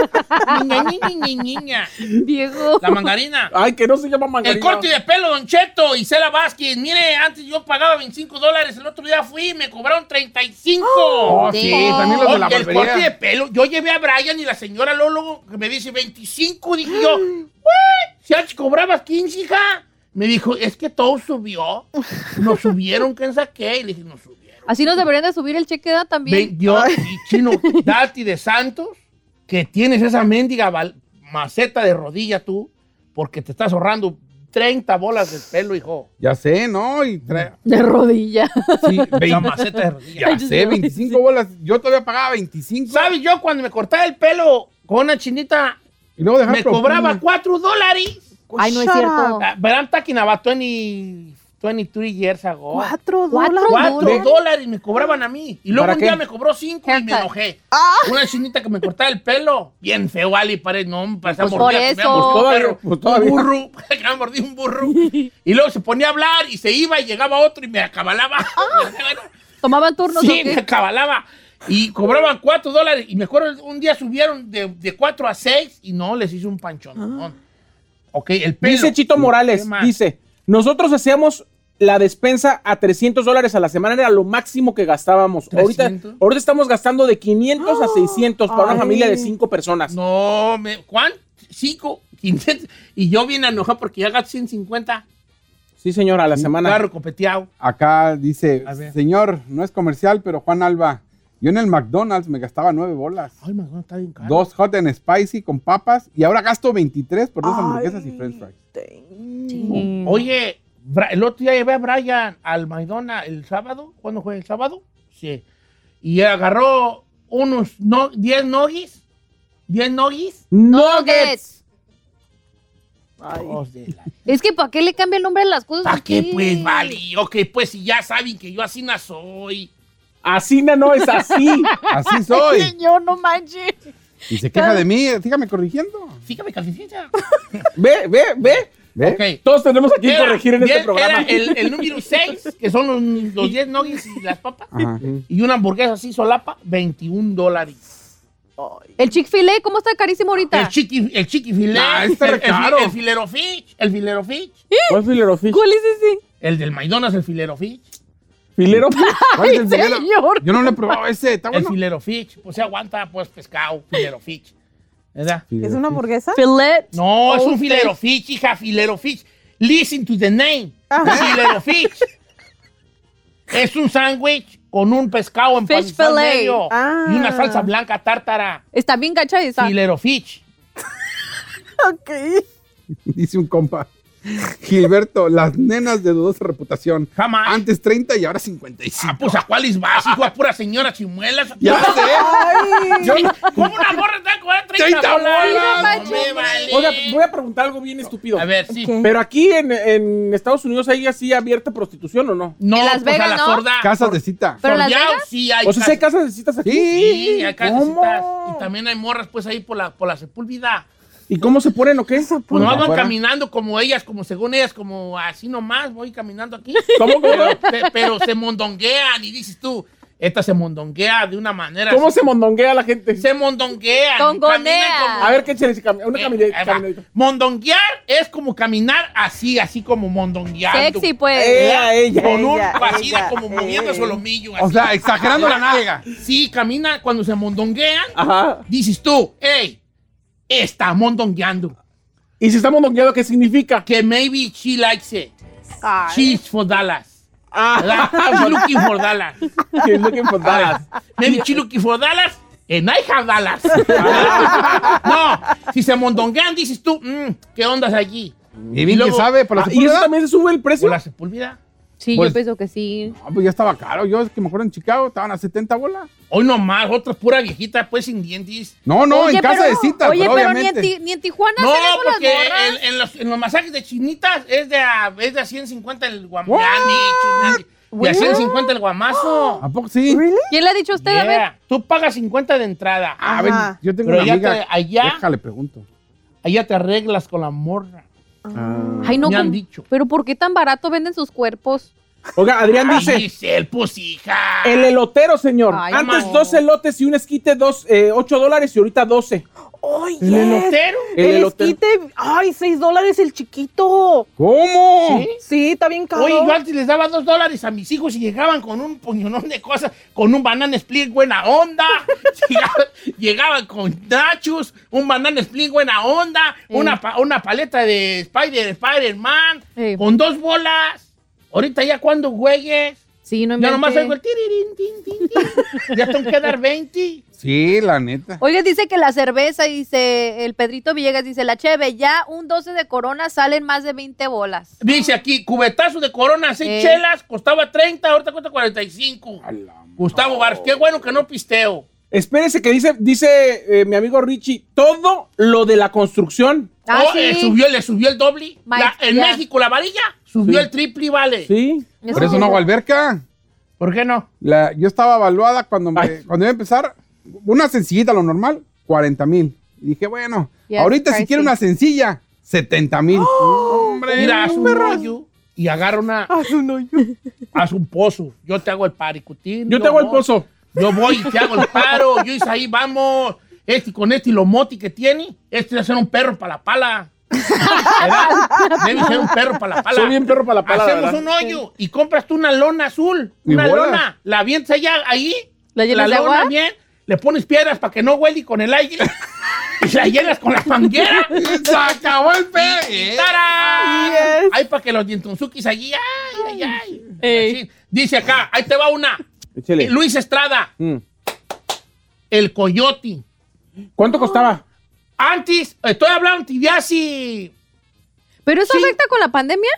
S2: Niña, niña, niña, niña.
S1: Diego.
S2: La mangarina.
S4: Ay, que no se llama mangarina.
S2: El corte de pelo, Don Cheto, Isela Vázquez. Mire, antes yo pagaba 25 dólares, el otro día fui y me cobraron 35.
S3: Oh, sí,
S1: Sí.
S3: también los de la
S2: Oye, el corte de
S3: barbería.
S2: pelo, yo llevé a Brian y la señora Lolo que me dice 25, dije yo, "Güey, si antes cobrabas 15, hija. Me dijo, es que todo subió. Nos subieron, ¿qué saqué? Y le dije, nos subieron.
S1: Así nos deberían de subir el cheque edad
S2: Ve,
S1: también.
S2: yo, y chino, Dati de Santos, que tienes esa mendiga val- maceta de rodilla tú, porque te estás ahorrando 30 bolas de pelo, hijo.
S3: Ya sé, ¿no? Y tra-
S1: De rodilla.
S2: Sí, esa maceta de rodilla.
S3: ya sé, 25 bolas. Yo todavía pagaba 25.
S2: ¿Sabes? Yo cuando me cortaba el pelo con una chinita,
S3: Y luego dejar
S2: me
S3: propina.
S2: cobraba 4 dólares.
S1: Ay, no es cierto.
S2: Ah, But I'm talking about 20, 23 years ago.
S5: ¿Cuatro
S1: Cuatro
S5: dólares?
S2: Cuatro
S1: dólares?
S2: dólares me cobraban a mí. Y luego
S4: ¿Para
S2: un
S4: qué?
S2: día me cobró cinco y me
S1: Haircut.
S2: enojé. Una chinita que me cortaba el pelo. Bien feo, Ali, parece. No, pasamos
S1: Pues por eso.
S2: un
S4: Pues
S2: perro,
S4: todavía, pues todavía.
S2: Un burro. que me mordí un burro. Y luego se ponía a hablar y se iba y llegaba otro y me acabalaba.
S1: Tomaban turnos.
S2: Sí,
S1: ¿o
S2: me
S1: qué?
S2: acabalaba. Y cobraban 4 dólares. Y me acuerdo, un día subieron de, de 4 a 6 y no, les hice un panchón. Ok, el pelo.
S4: Ah. Dice Chito
S2: ¿Qué
S4: Morales,
S2: más?
S4: dice, nosotros hacíamos la despensa a 300 dólares a la semana, era lo máximo que gastábamos. Ahorita,
S2: 300.
S4: ahorita estamos gastando de 500 a 600 para
S5: Ay.
S4: una familia de 5 personas.
S2: No, me, ¿cuán? Cinco, 500. Y yo bien enojado porque ya gasté 150.
S4: Sí, señora, a la semana.
S2: Carro copeteado.
S3: Acá dice,
S2: A ver.
S3: señor, no es comercial, pero Juan Alba, yo en el McDonald's me gastaba 9 bolas.
S2: Ay, man, está bien caro.
S3: Dos hot and spicy con papas y ahora gasto 23 por dos hamburguesas y french fries.
S5: dang.
S1: Sí.
S2: Oye, Bra- el otro día llevé a Brian al McDonald's el sábado. ¿Cuándo fue? ¿El sábado? Sí. Y agarró unos no, 10 noggies. 10 noggies.
S4: Nuggets.
S5: Ay.
S2: Hijos Oh, de la-
S1: Es que ¿para qué le
S2: pues?
S1: cambia el nombre de las cosas?
S2: ¿Para qué?
S1: aquí?
S2: Pues vale. Ok, pues si ya saben que yo así no soy.
S4: Así, no, no, es así.
S3: Así soy.
S1: Señor, no manches.
S3: Y se queja de mí, eh, sígame corrigiendo.
S2: Sígame, calcicita.
S4: Ve, ve, ve.
S3: ¿Ve?
S2: Ok.
S4: Todos tenemos aquí que
S2: Era-
S4: corregir en
S2: era-
S4: este programa.
S2: Era el, el número 6, que son los, los 10 nuggets y las papas.
S3: Ajá.
S2: Y una hamburguesa así solapa, 21 dólares.
S1: El Chick-fil-A, ¿cómo está carísimo ahorita?
S2: El chiqui, el chiqui filet,
S3: Ah,
S2: el,
S4: este
S3: está
S2: el fi-
S3: caro.
S2: el filero fish, el filero fish,
S4: ¿Cuál es filero fish?
S1: ¿Cuál es ese?
S2: el del McDonald's, el filero fish,
S4: ¿Filero fish?
S3: ¿Cuál es el primero?
S1: señor.
S3: Yo no lo he probado ese, está
S2: el
S3: Ah, bueno.
S2: filero fish. Pues se aguanta, pues, pescado, filero fish. ¿Verdad?
S5: ¿Es una hamburguesa?
S1: Filet.
S2: No, es un
S1: Oh, Usted.
S2: filero fish, hija, filero fish. Listen to the name. Filero fish. Es un sándwich con un pescado empanizado en
S1: fillet.
S2: medio
S5: Ah.
S2: y una salsa blanca tártara.
S1: Está bien gacha esa.
S2: Filero fish.
S5: Ok.
S3: Dice un compa. Gilberto, las nenas de dudosa reputación.
S2: Jamás.
S3: Antes 30 y ahora 55.
S2: Ah, pues a cuáles vas, hijo, a pura señora chimuelas.
S3: Ya sé. Yo no-
S2: ¿Cómo una morra te va a cobrar 30,
S3: 30
S2: bolas?
S3: bolas.
S2: No me vale.
S4: Oiga, voy a preguntar algo bien estúpido.
S2: A ver, sí.
S5: Ok.
S4: Pero aquí en, en Estados Unidos hay así abierta prostitución o no?
S2: No,
S1: En Las
S2: pues a
S1: Vegas,
S2: la
S1: ¿no?
S2: sorda.
S3: Casas de cita.
S1: ¿Pero en Las
S2: Sordeado,
S1: Vegas?
S2: Sí, hay
S4: O sea, si hay
S2: casas.
S4: casas de citas aquí.
S2: Sí, hay
S4: ¿Cómo?
S2: casas. Y también hay morras, pues, ahí por la, por la sepúlvida.
S4: ¿Y cómo se ponen o qué?
S2: Pues no
S3: Por
S2: van
S3: afuera.
S2: caminando como ellas, como según ellas, como así nomás, voy caminando aquí.
S4: ¿Cómo, cómo?
S2: Pero, pe- pero se mondonguean y dices tú, esta se mondonguea de una manera.
S4: ¿Cómo
S2: así.
S4: se mondonguea la gente?
S2: Se mondonguean.
S1: Tongonea.
S2: caminan como-
S4: A ver, qué échale una
S2: Eh,
S4: caminadita.
S2: ahí va.
S4: caminadita.
S2: Mondonguear es como caminar así, así como mondongueando.
S1: Sexy, pues.
S5: Eh. Ella, ella,
S2: Con un
S5: ella,
S2: vacina
S5: ella,
S2: como
S5: eh.
S2: moviendo el solomillo. así.
S3: O sea, exagerando la nalga.
S2: sí, camina cuando se mondonguean.
S4: Ajá.
S2: Dices tú, hey, está mondongueando.
S4: ¿Y si está mondongueado, qué significa?
S2: Que maybe she likes it. She's for Dallas. ¿verdad?
S4: Ah,
S2: She's looking for Dallas.
S4: que es lo que importaba.
S2: Maybe she's looking for Dallas. And I have Dallas. no, si se mondonguean, dices tú, mm, ¿qué ondas allí?
S3: Y bien que
S2: luego-
S3: sabe, por la
S4: Ah, ¿Y eso
S3: seguridad.
S4: también se sube el precio?
S2: ¿Por la sepúlvida?
S1: Sí,
S3: Pues-
S1: yo pienso que sí.
S3: No, pues ya estaba caro. Yo es que mejor en Chicago estaban a 70 bolas.
S2: Hoy nomás, otra pura viejita, pues sin dientes.
S3: No, no,
S1: Oye,
S3: en casa
S1: pero-
S3: de cita,
S1: Oye,
S3: pero
S1: pero ni en,
S3: obviamente.
S1: Ti- ni en Tijuana
S2: No,
S1: hacen eso las
S2: porque
S1: morras.
S2: en, en los, en los masajes de chinitas es de a, es de a 150 el
S3: What?
S2: guamani, y a 150 el guamazo.
S3: ¿A poco sí?
S1: ¿Quién le ha dicho a usted? A ver.
S2: Yeah. Tú pagas 50 de entrada.
S3: Ah, a ver,
S5: Ajá.
S3: yo tengo
S2: Pero
S3: una
S2: ya
S3: amiga.
S2: te- allá-
S3: Déjale, pregunto.
S2: Allá te arreglas con la morra.
S1: Ay, no.
S2: Me han
S1: como-
S2: dicho.
S1: Pero ¿por qué tan barato venden sus cuerpos?
S4: Oiga, Adrián dice,
S2: Ay, Giselle, pues hija.
S4: el elotero, señor.
S1: Ay,
S4: Antes
S1: no.
S4: dos elotes y un esquite, dos, eh, 8 dólares y ahorita 12.
S5: Oye.
S2: ¿El elotero?
S4: El
S5: El
S4: elotero.
S5: esquite. Ay, 6 dólares el chiquito.
S3: ¿Cómo?
S4: ¿Eh?
S2: ¿Sí?
S5: Sí, está bien caro.
S2: Oye, yo antes les daba dos dólares a mis hijos y llegaban con un puñonón de cosas, con un banana split buena onda, llegaban, llegaban con nachos, un banana split buena onda,
S1: Eh.
S2: una, pa- una paleta de Spider, Spider-Man,
S1: Eh.
S2: con dos bolas. Ahorita ya cuando juegues,
S1: Sí, no
S2: ya nomás
S1: invente.
S2: hago el tirirín, tin, tin, tin. ya tengo que dar 20.
S3: Sí, la neta.
S1: Oiga, dice que la cerveza, dice el Pedrito Villegas, dice la cheve, ya un 12 de corona salen más de 20 bolas.
S2: Dice aquí, cubetazo de corona, seis
S1: Eh.
S2: chelas, costaba 30, ahorita cuesta 45.
S3: A la
S2: Gustavo Vars, qué bueno que no pisteo.
S4: Espérese que dice, dice eh, mi amigo Richie, todo lo de la construcción.
S1: Ah,
S2: Oh,
S1: sí.
S2: eh, subió, le subió el doble.
S1: Mike,
S2: La- en
S1: ya.
S2: México, la varilla subió el triple, vale.
S4: Sí.
S3: Por eso no hago alberca.
S2: ¿Por qué no?
S3: La- yo estaba evaluada cuando, me-
S4: Ay.
S3: cuando iba a empezar, una sencillita, lo normal, 40 mil. Y dije, bueno,
S1: Yes,
S3: ahorita si
S1: pricey.
S3: quiero una sencilla, 70 mil. Hombre,
S2: Mira, haz un
S3: perro.
S2: hoyo y agarra una, haz un pozo. Yo te hago el paricutín.
S4: Yo te hago el
S2: voy.
S4: pozo.
S2: Yo voy y te hago el paro. Yo y ahí vamos. Este con este y lo moti que tiene, este debe ser un perro para la pala. ¿Verdad? Debe ser un perro para la pala.
S4: Soy bien perro para la pala,
S2: Hacemos
S4: ¿verdad?
S2: un hoyo y compras tú una lona azul.
S3: Y
S2: Una
S3: bola.
S2: lona. La avientas allá, ahí.
S1: ¿La llenas de
S2: lona
S1: agua?
S2: bien. Le pones piedras para que no huele con el aire. y la llenas con la manguera.
S3: Se acabó el
S2: Y
S3: pe. ¿eh?
S2: ¡tarán!
S5: Yes.
S2: Ahí para que los dientonzukis allí. ¡Ay, ay, ay!
S1: Ey.
S2: Así. Dice acá, ahí te va una.
S4: Échale.
S2: Luis Estrada,
S4: Mm.
S2: el coyote.
S4: ¿Cuánto costaba?
S2: Antes, estoy hablando de así.
S1: ¿Pero eso afecta con la pandemia?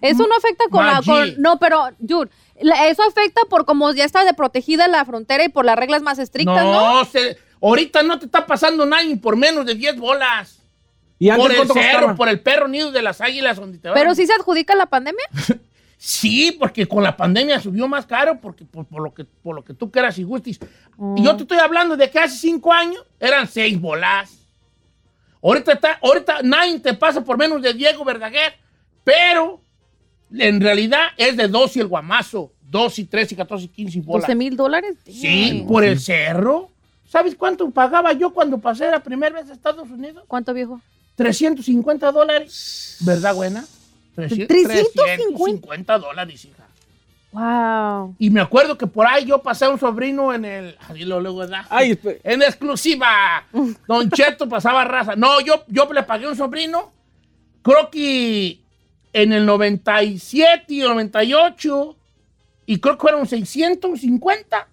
S1: Eso no afecta con la...
S2: Maggi.
S1: con- no, pero, dude, la- eso afecta por como ya está de protegida la frontera y por las reglas más estrictas, ¿no?
S2: No, se- ahorita no te está pasando nada ni por menos de 10 bolas.
S4: ¿Y antes
S2: Por el
S4: cuánto
S2: cerro,
S4: costaba?
S2: por el perro nido de las águilas donde te vas.
S1: Pero sí se adjudica la pandemia.
S2: Sí, porque con la pandemia subió más caro porque, por, por lo, que, por lo que tú quieras y gustes. Y yo te estoy hablando de que hace cinco años eran seis bolas. Ahorita, está, ahorita nadie te pasa por menos de Diego Verdaguer, pero en realidad es de dos y el guamazo. Dos y tres y 14 y 15 bolas.
S1: 12 mil dólares.
S2: Sí,
S1: Damn.
S2: por el cerro. ¿Sabes cuánto pagaba yo cuando pasé la primera vez a Estados Unidos?
S1: ¿Cuánto viejo?
S2: 350 dólares. ¿Verdad, buena? 350 dólares, hija.
S1: Wow.
S2: Y me acuerdo que por ahí yo pasé a un sobrino en el. Ahí lo luego, ¿verdad?
S4: Ay, espe-
S2: En exclusiva. Don Cheto pasaba raza. No, yo, yo le pagué a un sobrino. Creo que en el 97 y el 98. Y creo que fueron 650.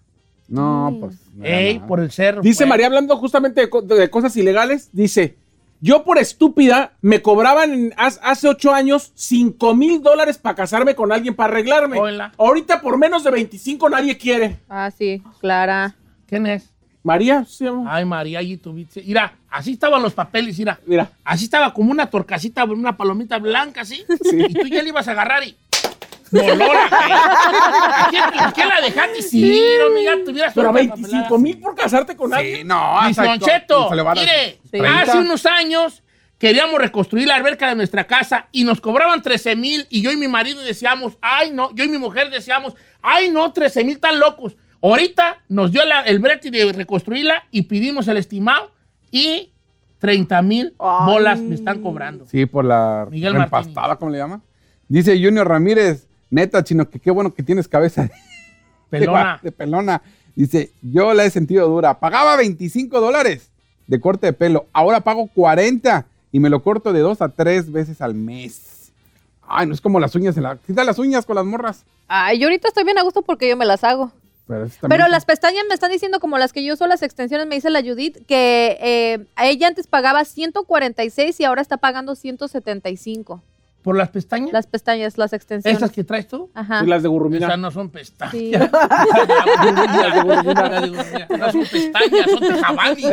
S3: No, pues. no era
S2: Ey,
S3: nada.
S2: por el cerro.
S4: Dice
S2: pues.
S4: María, hablando justamente de, co- de cosas ilegales, dice, yo por estúpida me cobraban en- haz- hace ocho años 5 mil dólares para casarme con alguien, para arreglarme.
S2: Hola.
S4: Ahorita por menos de 25 nadie quiere.
S1: Ah, sí, Clara.
S2: ¿Quién es?
S4: María, se llama.
S2: Ay, María, allí tuviste. Mira, así estaban los papeles, mira.
S4: mira.
S2: Así estaba como una torcasita, una palomita blanca, así. Y tú ya le ibas a agarrar y. ¡Voló la caída! ¿A quién- a quién la dejaste? Sí, no, mira, tuvieras
S4: Pero
S2: otra
S4: 25
S2: papelada.
S4: mil por casarte con
S3: Sí,
S4: alguien.
S3: Eh, no,
S2: Dice
S3: hasta
S2: Don
S3: co-
S2: Cheto,
S3: se le va a dar-
S2: mire,
S1: Sí.
S2: hace
S3: 30.
S2: unos años queríamos reconstruir la alberca de nuestra casa y nos cobraban 13 mil y yo y mi marido decíamos, ay no, yo y mi mujer decíamos, ay no, 13 mil tan locos. Ahorita nos dio la- el brete de reconstruirla y pedimos el estimado y 30 mil bolas me están cobrando.
S3: Sí, por la
S2: Miguel
S3: empastada, ¿cómo le llama? Dice Junior Ramírez, neta, chino, que qué bueno que tienes cabeza de-
S2: Pelona.
S3: de pelona. Dice, yo la he sentido dura. Pagaba 25 dólares de corte de pelo. Ahora pago 40 y me lo corto de dos a tres veces al mes. Ay, no es como las uñas. en la- Quita las uñas con las morras.
S1: Ay, yo ahorita estoy bien a gusto porque yo me las hago.
S3: Pero, eso también-
S1: Pero las pestañas me están diciendo como las que yo uso, las extensiones, me dice la Judith, que eh, a ella antes pagaba 146 y ahora está pagando 175.
S2: ¿Por las pestañas?
S1: Las pestañas, las extensiones.
S2: ¿Esas que traes tú?
S1: Ajá.
S4: Y las de Gurrumina.
S2: Esas no son pestañas.
S1: Sí.
S2: No son pestañas, son tejabadis.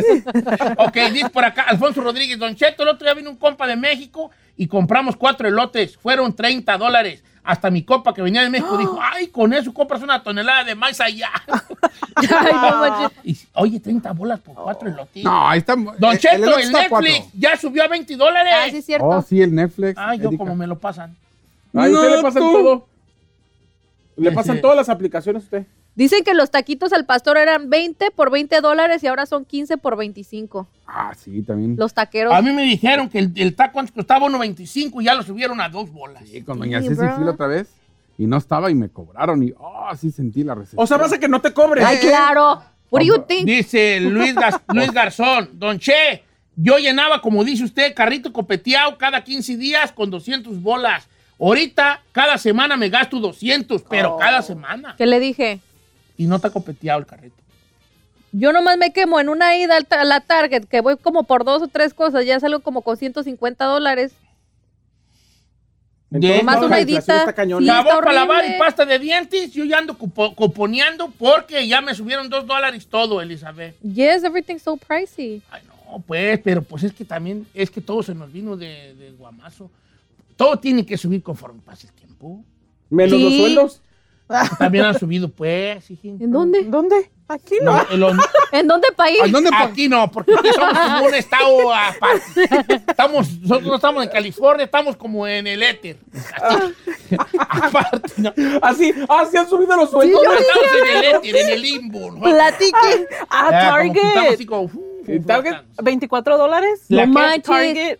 S2: ok, dice por acá Alfonso Rodríguez, Don Cheto, el otro día vino un compa de México y compramos cuatro elotes, fueron 30 dólares. Hasta mi compa que venía de México dijo, ay, con eso compras una tonelada de maíz allá.
S1: Ay, no manches.
S2: Y, Oye, 30 bolas por cuatro elotes.
S3: No, ahí está. eh,
S2: Don
S3: el-
S2: Cheto,
S3: otro
S2: el,
S3: está a cuatro.
S2: Netflix ya subió a 20
S1: Ah, sí,
S2: dólares.
S1: es cierto.
S3: Oh, sí, el Netflix.
S2: Ay, yo
S3: Erika.
S2: como me lo pasan.
S4: Ay, usted
S3: No,
S4: le pasan
S3: tú.
S4: todo. Le pasan
S2: Sí.
S4: todas las aplicaciones a usted.
S1: Dicen que los taquitos al pastor eran 20 por 20 dólares y ahora son 15 por 25.
S3: Ah, sí, también.
S1: Los taqueros.
S2: A mí me dijeron que el, el taco antes costaba 1.25 y ya lo subieron a dos bolas.
S3: Sí, con doña
S1: Sí,
S3: Ceci
S1: bro.
S3: fui la otra vez y no estaba y me cobraron y oh, sí sentí la recesión.
S4: O sea, vas a que no te cobre.
S1: Ay, claro. What do you think?
S2: Dice Luis, Gas- Luis Garzón, Don Che, yo llenaba, como dice usted, carrito copeteado cada 15 días con 200 bolas. Ahorita, cada semana me gasto 200, pero
S1: Oh.
S2: cada semana.
S1: ¿Qué le dije?
S2: Y no está copeteado el carrito.
S1: Yo nomás me quemo en una ida al ta- a la Target, que voy como por dos o tres cosas, ya salgo como con 150 dólares.
S4: Entonces,
S1: Más
S4: no,
S1: una
S4: la inflación
S1: idita.
S4: está cañona.
S1: Sí.
S2: Jabón
S1: está
S2: para lavar y
S1: horrible.
S2: pasta de dientes, yo ya ando cupo- cuponeando porque ya me subieron 2 dólares todo, Elizabeth.
S1: Yes, everything's so pricey.
S2: Ay, no, pues, pero pues es que también, es que todo se nos vino de, de guamazo. Todo tiene que subir conforme pase el tiempo.
S4: Menos los
S1: Sí.
S4: sueldos.
S2: También han subido, pues, hijín.
S1: ¿En dónde?
S5: ¿Dónde? Aquí no.
S2: No, el on-
S1: ¿En dónde país?
S3: Ay, ¿Dónde pa-
S2: aquí no, porque aquí somos como un estado aparte. Estamos, nosotros no estamos en California, estamos como en el éter. Así. aparte, no.
S4: Así, así han subido los sueldos.
S2: No estamos en el éter, en el limbo. ¿no?
S1: Platique.
S5: Ah,
S2: Ya, como que estamos
S5: Target.
S2: así como, uh,
S4: ¿En Target?
S5: 24 dólares.
S2: ¿La
S1: No
S2: qué?
S1: manches.
S5: Target.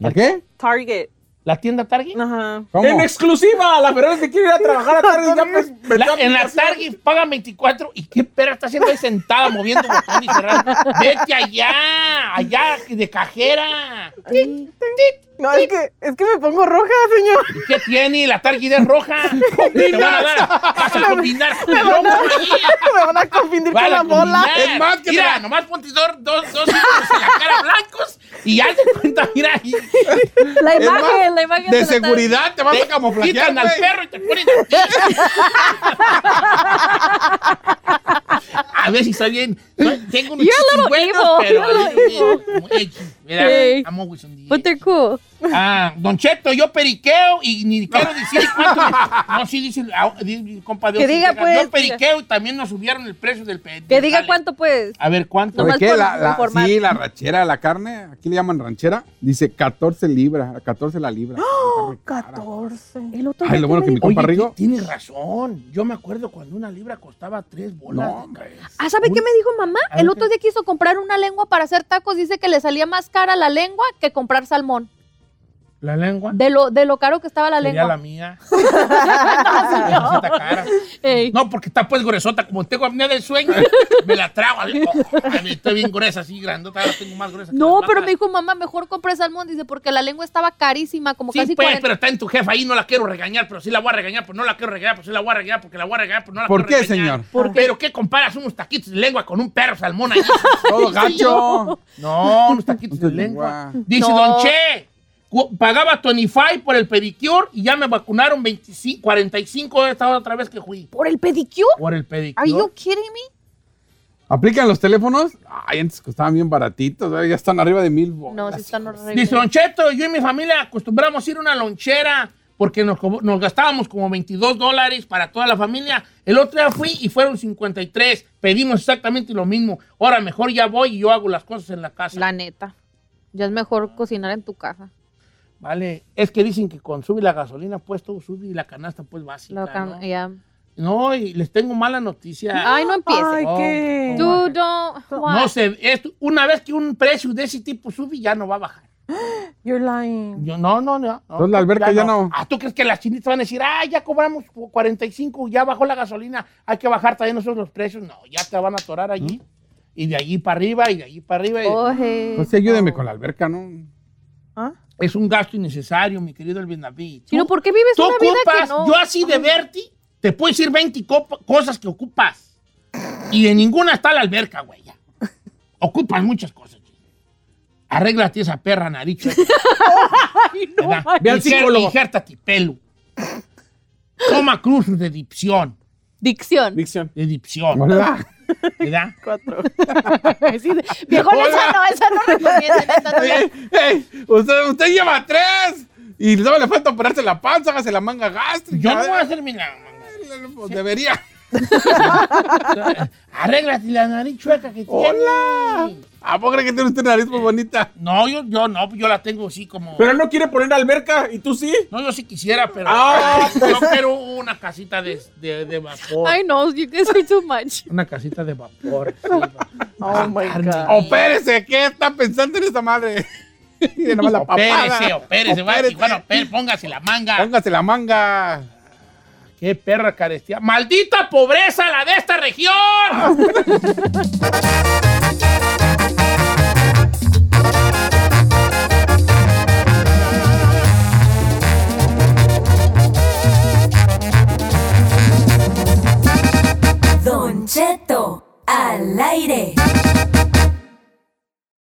S3: ¿La qué?
S5: Target.
S2: ¿La tienda Target?
S5: Ajá.
S3: ¿Cómo?
S4: En exclusiva, la verdad es que quiere ir a trabajar a Target. ya, pues,
S2: La-
S4: metió
S2: en la
S4: aplicación.
S2: Target pagan 24 y qué pera está haciendo ahí sentada moviendo botón y cerrando. Vete allá, allá de cajera.
S5: No, es que, es que me pongo roja, señor.
S2: ¿Y ¿Qué tiene? La Target es roja. Te van a dar, vas a combinar con el lomo ahí.
S5: me van a confundir
S2: Vale,
S5: con la bola.
S2: combinar.
S3: Es más que
S2: mira,
S3: tra-
S2: nomás ponte dos, dos, dos hijos en la cara blancos y ya te cuenta, mira, y
S1: La
S3: Es más,
S1: imagen, la imagen.
S3: De
S1: la Target.
S3: seguridad te vas a camuflajear.
S2: quitan al
S3: güey.
S2: perro y te ponen a ti. A ver si soy bien. soy- Tengo unos
S1: You're a
S2: chistes
S1: little
S2: buenos,
S1: evil,
S2: pero
S1: you're a little
S2: a little edgy. Mira,
S1: Hey.
S2: I'm always on the
S1: But
S2: edge.
S1: they're cool.
S2: Ah, don Cheto, yo periqueo y ni quiero decir cuánto. me- No, sí, dice, ah, di- di- compa de
S7: Que
S2: Oxford,
S7: diga,
S2: oiga,
S7: pues,
S2: Yo periqueo y también nos subieron el precio del pe-
S7: Que
S2: del
S7: diga
S2: jale.
S7: cuánto, pues.
S2: A ver, ¿cuánto?
S7: Nomás
S3: ¿Sabe qué?
S7: por
S3: La, la-
S7: informar.
S3: sí, la ranchera, la carne, aquí le llaman ranchera, dice 14 libras, 14 la libra. Está re cara.
S5: 14.
S1: El otro
S3: Ay,
S1: día
S3: lo
S1: que
S3: bueno
S1: me
S3: que mi
S1: di-
S3: compa
S2: Oye,
S3: Rigo.
S2: ti- tienes razón. Yo me acuerdo cuando una libra costaba tres bolas.
S3: No,
S2: de
S3: hombre.
S2: cabeza.
S1: Ah, ¿sabe qué me dijo mamá?
S2: A
S1: El
S2: ver,
S1: otro día quiso comprar una lengua para hacer tacos. Dice que le salía más cara la lengua que comprar salmón.
S2: La lengua.
S1: De lo, de lo caro que estaba la
S2: Sería
S1: lengua.
S2: la mía. Gruesota cara.
S1: Ey.
S2: No, porque está pues gruesota. Como tengo apnea del sueño, me la trago. al- Ay, Estoy bien gruesa, así grandota. La tengo más gruesa. que
S1: No,
S2: las
S1: pero
S2: vacas.
S1: me dijo mamá, mejor compré salmón. Dice, porque la lengua estaba carísima, como
S2: Sí,
S1: casi
S2: pues,
S1: 40.
S2: pero está en tu jefa ahí, no la quiero regañar, pero sí la voy a regañar, pero no la quiero regañar, pero sí la voy a regañar, porque la voy a regañar, pero no la
S3: ¿Por
S2: quiero
S3: qué,
S2: regañar.
S3: señor?
S2: ¿Por qué? ¿Pero qué comparas unos taquitos de lengua con un perro salmón ahí?
S3: Todo gacho.
S2: no, unos taquitos de
S3: Entonces,
S2: lengua.
S3: guau.
S2: Dice
S1: No.
S2: Don Che, cu- pagaba 25 por el pedicure y ya me vacunaron 25, 45 esta otra vez que fui.
S1: ¿Por el pedicure?
S2: Por el
S1: ¿Are
S2: pedicure.
S1: you kidding me?
S3: ¿Aplican los teléfonos? Ay, antes costaban bien baratitos, eh, ya están arriba de mil bolas.
S1: No, sí están horribles.
S2: Dice Don Cheto, yo y mi familia acostumbramos ir a una lonchera porque nos, co- nos gastábamos como 22 dólares para toda la familia. El otro día fui y fueron 53. Pedimos exactamente lo mismo. Ahora mejor ya voy y yo hago las cosas en la casa.
S1: La neta. Ya es mejor cocinar en tu casa.
S2: Vale, es que dicen que con sube la gasolina pues todo sube y la canasta pues básica.
S1: La can- eh. Ah,
S2: ¿no?
S1: ya.
S2: No, y les tengo mala noticia.
S1: Ay, no empieces.
S5: Ay,
S2: No,
S5: qué.
S2: no va a
S1: Tú
S2: ser.
S1: no.
S2: No sé, esto- una vez que un precio de ese tipo sube ya no va a bajar.
S5: You're lying.
S2: Yo, no, no, no. no
S3: Entonces la alberca ya no.
S2: Ah, ¿tú crees que las chinitas van a decir, ah, ya cobramos 45, ya bajó la gasolina, hay que bajar también nosotros los precios? No, ya te van a atorar allí. Y de allí para arriba, y de allí para arriba. y-
S1: Oh. Oje.
S3: Pues sí, ayúdeme con la alberca, ¿no?
S5: ¿Ah?
S2: Es un gasto innecesario, mi querido Elvin David.
S1: Sino, ¿por qué vives
S2: tú
S1: una vida que
S2: ocupas,
S1: no?
S2: yo así de verte, te puedo decir 20 cop- cosas que ocupas. Y de ninguna está la alberca, güey. ya. Ocupas muchas cosas. chico. Arréglate esa perra nariz. ¿verdad?
S3: Ve al
S2: Injer-
S3: psicólogo.
S2: Injértate pelo. Toma cruces de dicción.
S1: Dicción.
S4: Dicción.
S2: De dicción,
S3: Hola.
S2: ¿verdad?
S5: Cuatro.
S1: Sí, de- Viejo, no, esa no, esa no recomiendan, esa no la-
S3: Ey, usted, usted lleva tres y solo le falta operarse la panza, hágase la manga gástrica.
S2: Yo no voy a hacer mi la-
S3: Pues debería.
S2: Arréglate la nariz chueca que tienes.
S3: Hola. ¿A poco cree que tiene usted nariz muy bonita?
S2: No, yo, yo no, yo la tengo así como...
S4: Pero él no quiere poner alberca y tú sí.
S2: No, yo sí quisiera, pero
S4: Ah,
S2: yo quiero una casita de, de, de vapor.
S1: I know, you guys are too much.
S2: Una casita de vapor. sí,
S5: Oh my God.
S3: Opérese, ¿qué está pensando en esa madre? Mire nomás la papada.
S2: opérese, opérese, vaya a Tijuana, opérese, póngase la manga.
S3: Póngase la manga.
S2: Qué perra carestía. ¡Maldita pobreza la de esta región!
S6: Don Cheto al aire.